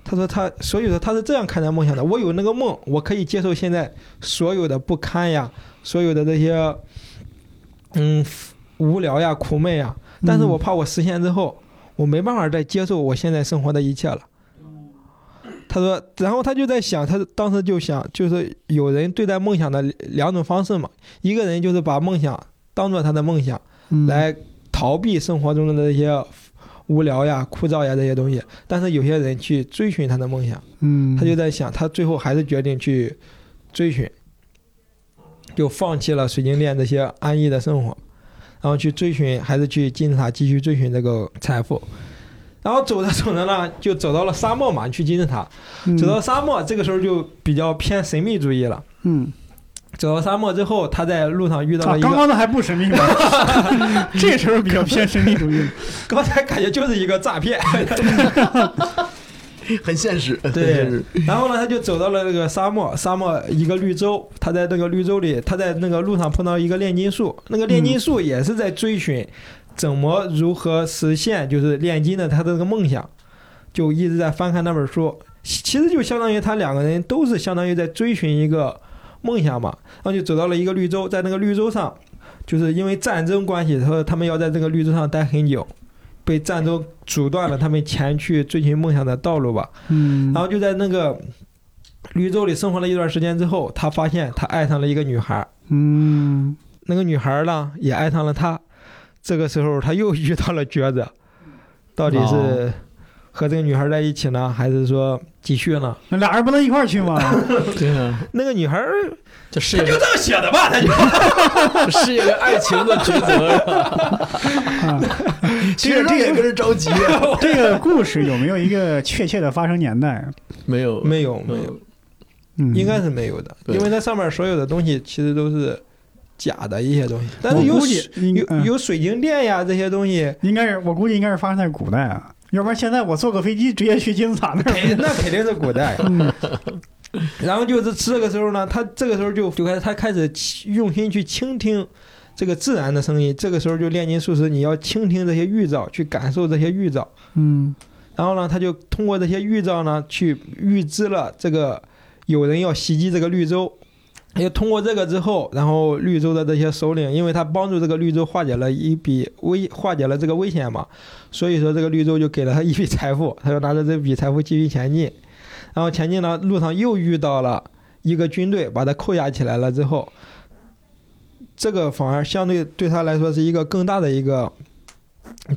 C: 他说他，所以说他是这样看待梦想的。我有那个梦，我可以接受现在所有的不堪呀，所有的这些，嗯，无聊呀、苦闷呀。但是我怕我实现之后，我没办法再接受我现在生活的一切了。他说，然后他就在想，他当时就想，就是有人对待梦想的两种方式嘛，一个人就是把梦想当做他的梦想。
A: 嗯
C: 来逃避生活中的这些无聊呀、枯燥呀这些东西。但是有些人去追寻他的梦想，
A: 嗯，
C: 他就在想，他最后还是决定去追寻，就放弃了水晶店这些安逸的生活，然后去追寻，还是去金字塔继续追寻这个财富。然后走着走着呢，就走到了沙漠嘛，去金字塔。
A: 嗯
C: 走到沙漠，这个时候就比较偏神秘主义了。
A: 嗯
C: 走到沙漠之后，他在路上遇到
A: 啊
C: 了，一个，
A: 刚刚的还不神 秘吧？这时候比较偏神秘主义了。
C: 刚才感觉就是一个诈骗。
B: 很现实，很
C: 对
B: 现实
C: 然后呢，他就走到了那个沙漠，沙漠一个绿洲，他在那个绿洲里，他在那个路上碰到一个炼金术，那个炼金术也是在追寻怎么如何实现就是炼金的他的这个梦想，就一直在翻看那本书，其其实就相当于他两个人都是相当于在追寻一个梦想嘛，然后就走到了一个绿洲，在那个绿洲上，就是因为战争关系，他说他们要在这个绿洲上待很久，被战争阻断了他们前去追寻梦想的道路吧。
A: 嗯
C: 然后就在那个绿洲里生活了一段时间之后，他发现他爱上了一个女孩儿，
A: 嗯
C: 那个女孩儿呢也爱上了他。这个时候他又遇到了抉择，到底是
B: 哦
C: 和这个女孩儿在一起呢，还是说继续呢？
A: 那俩人不能一块儿 去吗？
B: 对啊，
C: 那个女孩儿
B: 这是一个
C: 这么写的吧？他就
B: 是一个爱情的抉择，
A: 啊，
B: 其实这也跟着着急啊，
A: 这个故事有没有一个确切的发生年代？
B: 没有
C: 没有没有，
B: 有，
A: 嗯，
C: 应该是没有的，
B: 对
C: 因为那上面所有的东西其实都是假的一些东西，但
A: 我
C: 是有
A: 估计
C: 水
A: 应
C: 有
A: 嗯
C: 有水晶店呀这些东西，
A: 应该是我估计应该是发生在古代啊，要不然现在我坐个飞机直接去金字塔那儿。
C: 肯那肯定是古代。
A: 嗯
C: 然后就是这个时候呢，他这个时候就就开始他开始用心去倾听这个自然的声音。这个时候就炼金术师，你要倾听这些预兆，去感受这些预兆。
A: 嗯
C: 然后呢，他就通过这些预兆呢，去预知了这个有人要袭击这个绿洲。也通过这个之后，然后绿洲的这些首领，因为他帮助这个绿洲化解了一笔危，化解了这个危险嘛，所以说这个绿洲就给了他一笔财富，他就拿着这笔财富继续前进。然后前进呢，路上又遇到了一个军队，把他扣押起来了之后，这个反而相对对他来说是一个更大的一个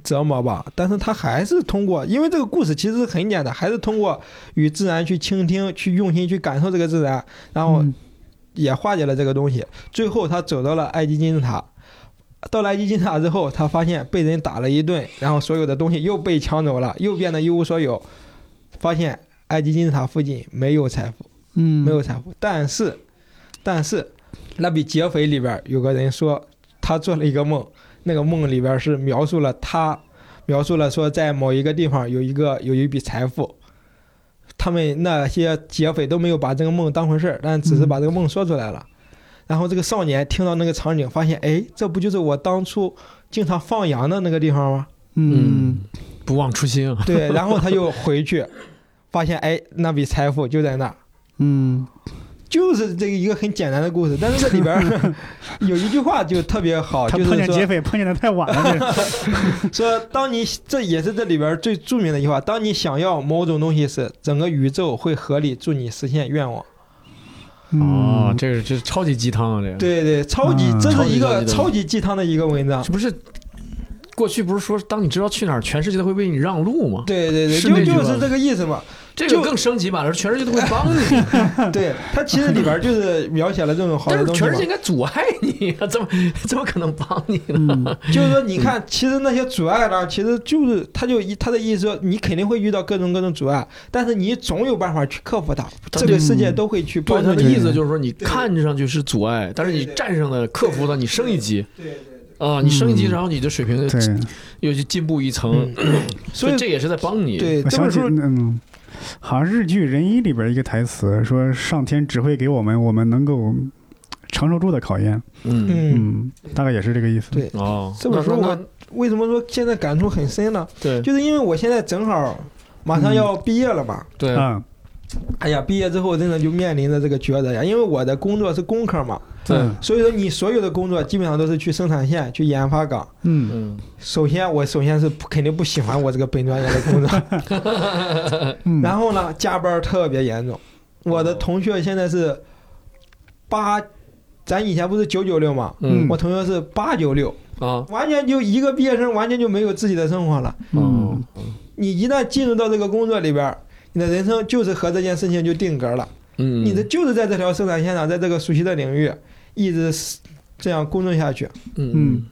C: 折磨吧，但是他还是通过，因为这个故事其实很简单，还是通过与自然去倾听、去用心去感受这个自然，然后
A: 嗯
C: 也化解了这个东西。最后他走到了埃及金字塔，到了埃及金字塔之后，他发现被人打了一顿，然后所有的东西又被抢走了，又变得一无所有。发现埃及金字塔附近没有财富，
A: 嗯
C: 没有财富，但是，但是那笔劫匪里边有个人说他做了一个梦，那个梦里边是描述了他，描述了说在某一个地方有一个有一笔财富。他们那些劫匪都没有把这个梦当回事儿，但只是把这个梦说出来了。然后这个少年听到那个场景，发现，哎，这不就是我当初经常放羊的那个地方吗？
A: 嗯，
B: 不忘初心啊，
C: 对，然后他又回去，发现哎，那笔财富就在那儿，
A: 嗯，
C: 就是这个一个很简单的故事。但是这里边 儿有一句话就特别好，
A: 他
C: 哦就
A: 碰
C: 是
A: 见劫
C: 说
A: 匪碰见的太晚了， 这
C: 说，当你这也是这里边儿最著名的一句话：当你想要某种东西时，整个宇宙会合力助你实现愿望。
B: 哦
C: 哦
A: 嗯，
B: 这个这是超级鸡汤啊，这个，
C: 对对，超级，
A: 嗯
C: 这是一
B: 超级超级
C: 个
B: 的
C: 超级鸡汤的一个文章。
B: 这不是过去不是说，当你知道去哪儿，全世界都会为你让路吗？
C: 对对对，
B: 是那
C: 就
B: 句
C: 就
B: 吧
C: 是这个意思嘛。
B: 这
C: 就
B: 个更升级版了，是全世界都会帮你，
C: 对，它其实里边儿就是描写了这 种好
B: 但
C: 的
B: 是
C: 东西
B: 全世
C: 嘛
B: 界。应该阻碍你啊， 怎么怎么可能帮你呢？
A: 嗯
C: 就是说，你看，其实那些阻碍呢，其实就是他就一他的意思说，你肯定会遇到各种各种阻碍，但是你总有办法去克服它。这个世界都会去
B: 嗯对，
C: 帮
B: 他
C: 助
B: 的
C: 你。
B: 意思就是说，你看上去是阻碍，但是你战胜了、克服了，你升一级
C: 对
B: 啊，你升一级，
A: 嗯
B: 然后你的水平
A: 对，
B: 又去进步一层，
C: 嗯，所以
B: 这也是在帮你。
C: 对
A: 我
C: 这
A: 想
C: 本
A: 起
C: 书，
A: 嗯，好像日剧《仁一》里边一个台词说：“上天只会给我们我们能够承受住的考验。
B: 嗯，
C: 嗯，”
A: 大概也是这个意思。
C: 对，
B: 哦，
C: 这本
B: 那
C: 书
B: 那
C: 我为什么说现在感触很深呢？
B: 对
C: 就是因为我现在正好马上要毕业了嘛。
B: 对，
A: 嗯，
C: 哎呀，毕业之后真的就面临着这个抉择呀，因为我的工作是工科嘛，
B: 对
A: 嗯
C: 所以说你所有的工作基本上都是去生产线、去研发岗。
A: 嗯
B: 嗯，
C: 首先，我首先是不肯定不喜欢我这个本专业的工作。
A: 嗯，
C: 然后呢，加班儿特别严重。我
B: 哦
C: 的同学现在是八，咱以前不是九九六嘛，
B: 嗯
C: 我同学是八九六，
B: 啊，
C: 完全就一个毕业生，完全就没有自己的生活了。
B: 哦
A: 嗯，
C: 你一旦进入到这个工作里边儿，你的人生就是和这件事情就定格了，
B: 嗯，
C: 你的就是在这条生产线上，在这个熟悉的领域一直这样工作下去。
B: 嗯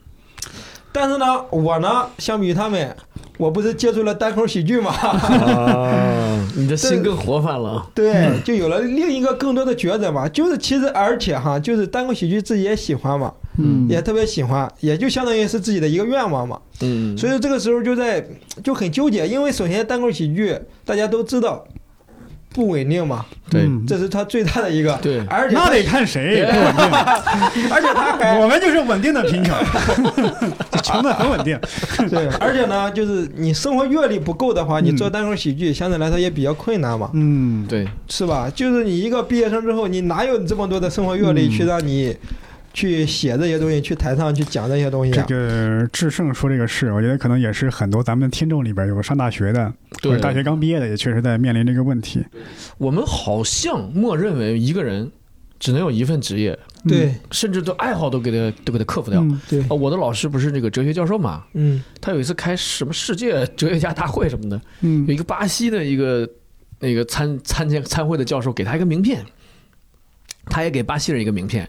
C: 但是呢，我呢，相比于他们，我不是接触了单口喜剧嘛，
B: 嗯啊，你的心更活泛 了。
C: 对，
A: 嗯
C: 就有了另一个更多的抉择嘛。就是其实而且哈，就是单口喜剧自己也喜欢嘛，
A: 嗯，
C: 也特别喜欢，也就相当于是自己的一个愿望嘛。
B: 嗯，
C: 所以这个时候就在就很纠结，因为首先单口喜剧大家都知道不稳定嘛，
B: 对
A: 嗯
C: 这是他最大的一个，
B: 对
C: 而且
A: 那
C: 他
A: 得看谁不稳定，
C: 而 且他还
A: 我们就是稳定的贫穷， 穷的很稳定。
C: 对，而且呢，就是你生活阅历不够的话，你
A: 嗯
C: 做单口喜剧相对来说也比较困难嘛，
A: 嗯，
B: 对，
C: 是吧？就是你一个毕业生之后，你哪有这么多的生活阅历
A: 嗯
C: 去让你去写这些东西，去台上去讲这些东西
A: 这
C: 啊？
A: 个志胜说这个事，我觉得可能也是很多咱们听众里边有上大学的，或
B: 对
A: 者大学刚毕业的，也确实在面临这个问题。
B: 我们好像默认为一个人只能有一份职业，
A: 嗯
C: 对
B: 甚至都爱好都给他都给他克服掉。
A: 嗯
C: 对
B: 啊，，我的老师不是这个哲学教授嘛？
C: 嗯
B: 他有一次开什么世界哲学家大会什么的，
A: 嗯
B: 有一个巴西的一个那个参参见参会的教授给他一个名片，他也给巴西人一个名片，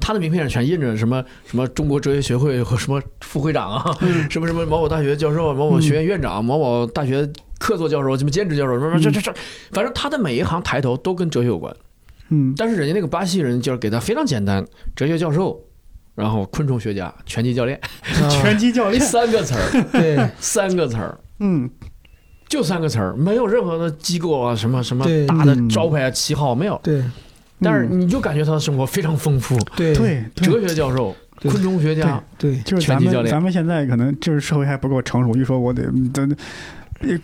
B: 他的名片上全印着什么什么中国哲学学会和什么副会长啊，什么什么某某大学教授、某某学院院长、某某大学客座教授、什么兼职教授，什么什么这这这，反正他的每一行抬头都跟哲学有关。
A: 嗯
B: 但是人家那个巴西人就是给他非常简单，哲学教授，然后昆虫学家、拳击教练，啊
A: 拳击教练，
B: 三个词儿，
C: 啊对
B: 三个词儿。
A: 嗯
B: 就三个词儿，没有任何的机构啊，什么什么
C: 对
B: 大的
A: 嗯
B: 招牌啊、旗号没有。
C: 对
B: 但是你就感觉他的生活非常丰富，
C: 对
A: 对
B: 哲学教授、
C: 对
B: 昆虫学家，
C: 对
A: 就是咱
B: 拳击教
A: 们
B: 练
A: 咱们现在可能就是社会还不够成熟，一说我得咱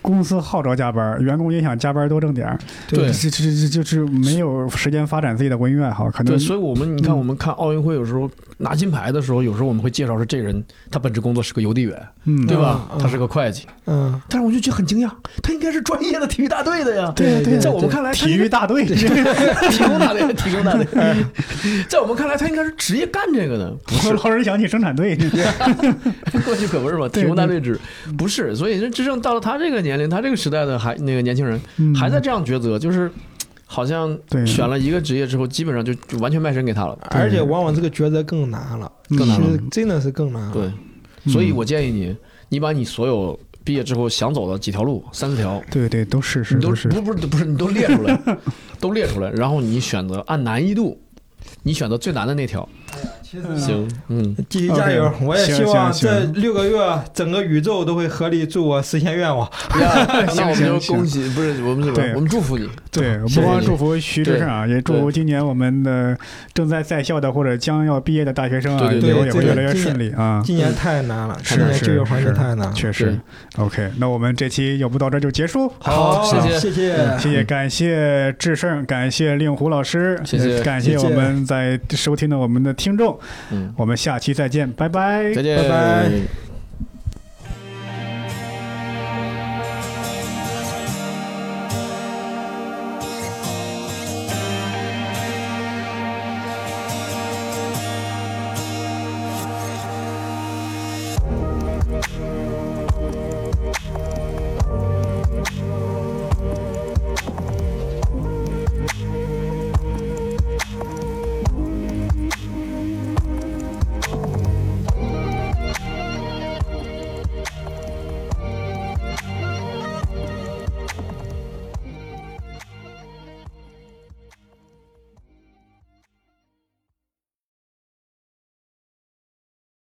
A: 公司号召加班，员工也想加班多挣点儿，
B: 对
A: 这这这就是没有时间发展自己的文娱爱好，可能
B: 对，所以我们你看，
A: 嗯
B: 我们看奥运会有时候拿金牌的时候，有时候我们会介绍说这个人他本职工作是个邮递员，
A: 嗯
B: 对吧
C: 嗯？嗯
B: 他是个会计，
C: 嗯，
B: 但是我就觉得很惊讶，他应该是专业的体育大队的呀。
A: 对对
B: 在我们看来，他
A: 体
B: 应该
A: 育大队，
B: 体工大队，体工大 队，在我们看来，他应该是职业干这个的，不
A: 我 老是想起生产队，
B: 过去可不是嘛，
A: 对嗯
B: 体工大队制不是，所以这真正到了他这个年龄，他这个时代的还那个年轻人
A: 嗯
B: 还在这样抉择，就是好像
A: 对
B: 选了一个职业之后，基本上就就完全卖身给他了。
C: 而且往往这个抉择更难了，
B: 更难
C: 其
B: 了
A: 嗯
C: 实真的是更难了。
B: 对，所以我建议你，你把你所有毕业之后想走的几条路，三四条，
A: 对对都是是
B: 你都
A: 是
B: 不不是不是你都列出 来，都列出来，然后你选择按难易度，你选择最难的那条，
C: 其实呃
B: 行，嗯，
C: 继续加油
A: OK，
C: 我也
A: 行
C: 希望
A: 行
C: 这
A: 行
C: 六个月整个宇宙都会合力助我实现愿望。
B: 那那我们就
A: 行行
B: 恭喜，不是我们什
A: 对
B: 么，我们祝福你，
A: 对，
B: 谢谢
A: 不光
B: 你
A: 祝福徐志胜啊，也祝福今年我们的正在在校的或者将要毕业的大学生啊，
B: 对
A: 以
B: 对
A: 后
C: 对
A: 也会
C: 对
A: 越来越
C: 今年
A: 顺利啊。
C: 今年太难了，
A: 是
C: 今年
A: 是
C: 就业环境
A: 是
C: 太难了。
A: 确实，OK，那我们这期要不到这儿就结束。
B: 好谢谢
C: 谢谢，
A: 谢嗯谢，感谢志胜，感谢令狐老师，
B: 谢谢
A: 感谢
C: 嗯谢
A: 我
C: 谢
A: 们在收听的我们的听众，
B: 嗯，
A: 我们下期再见，拜拜，
B: 再见，
C: 拜拜。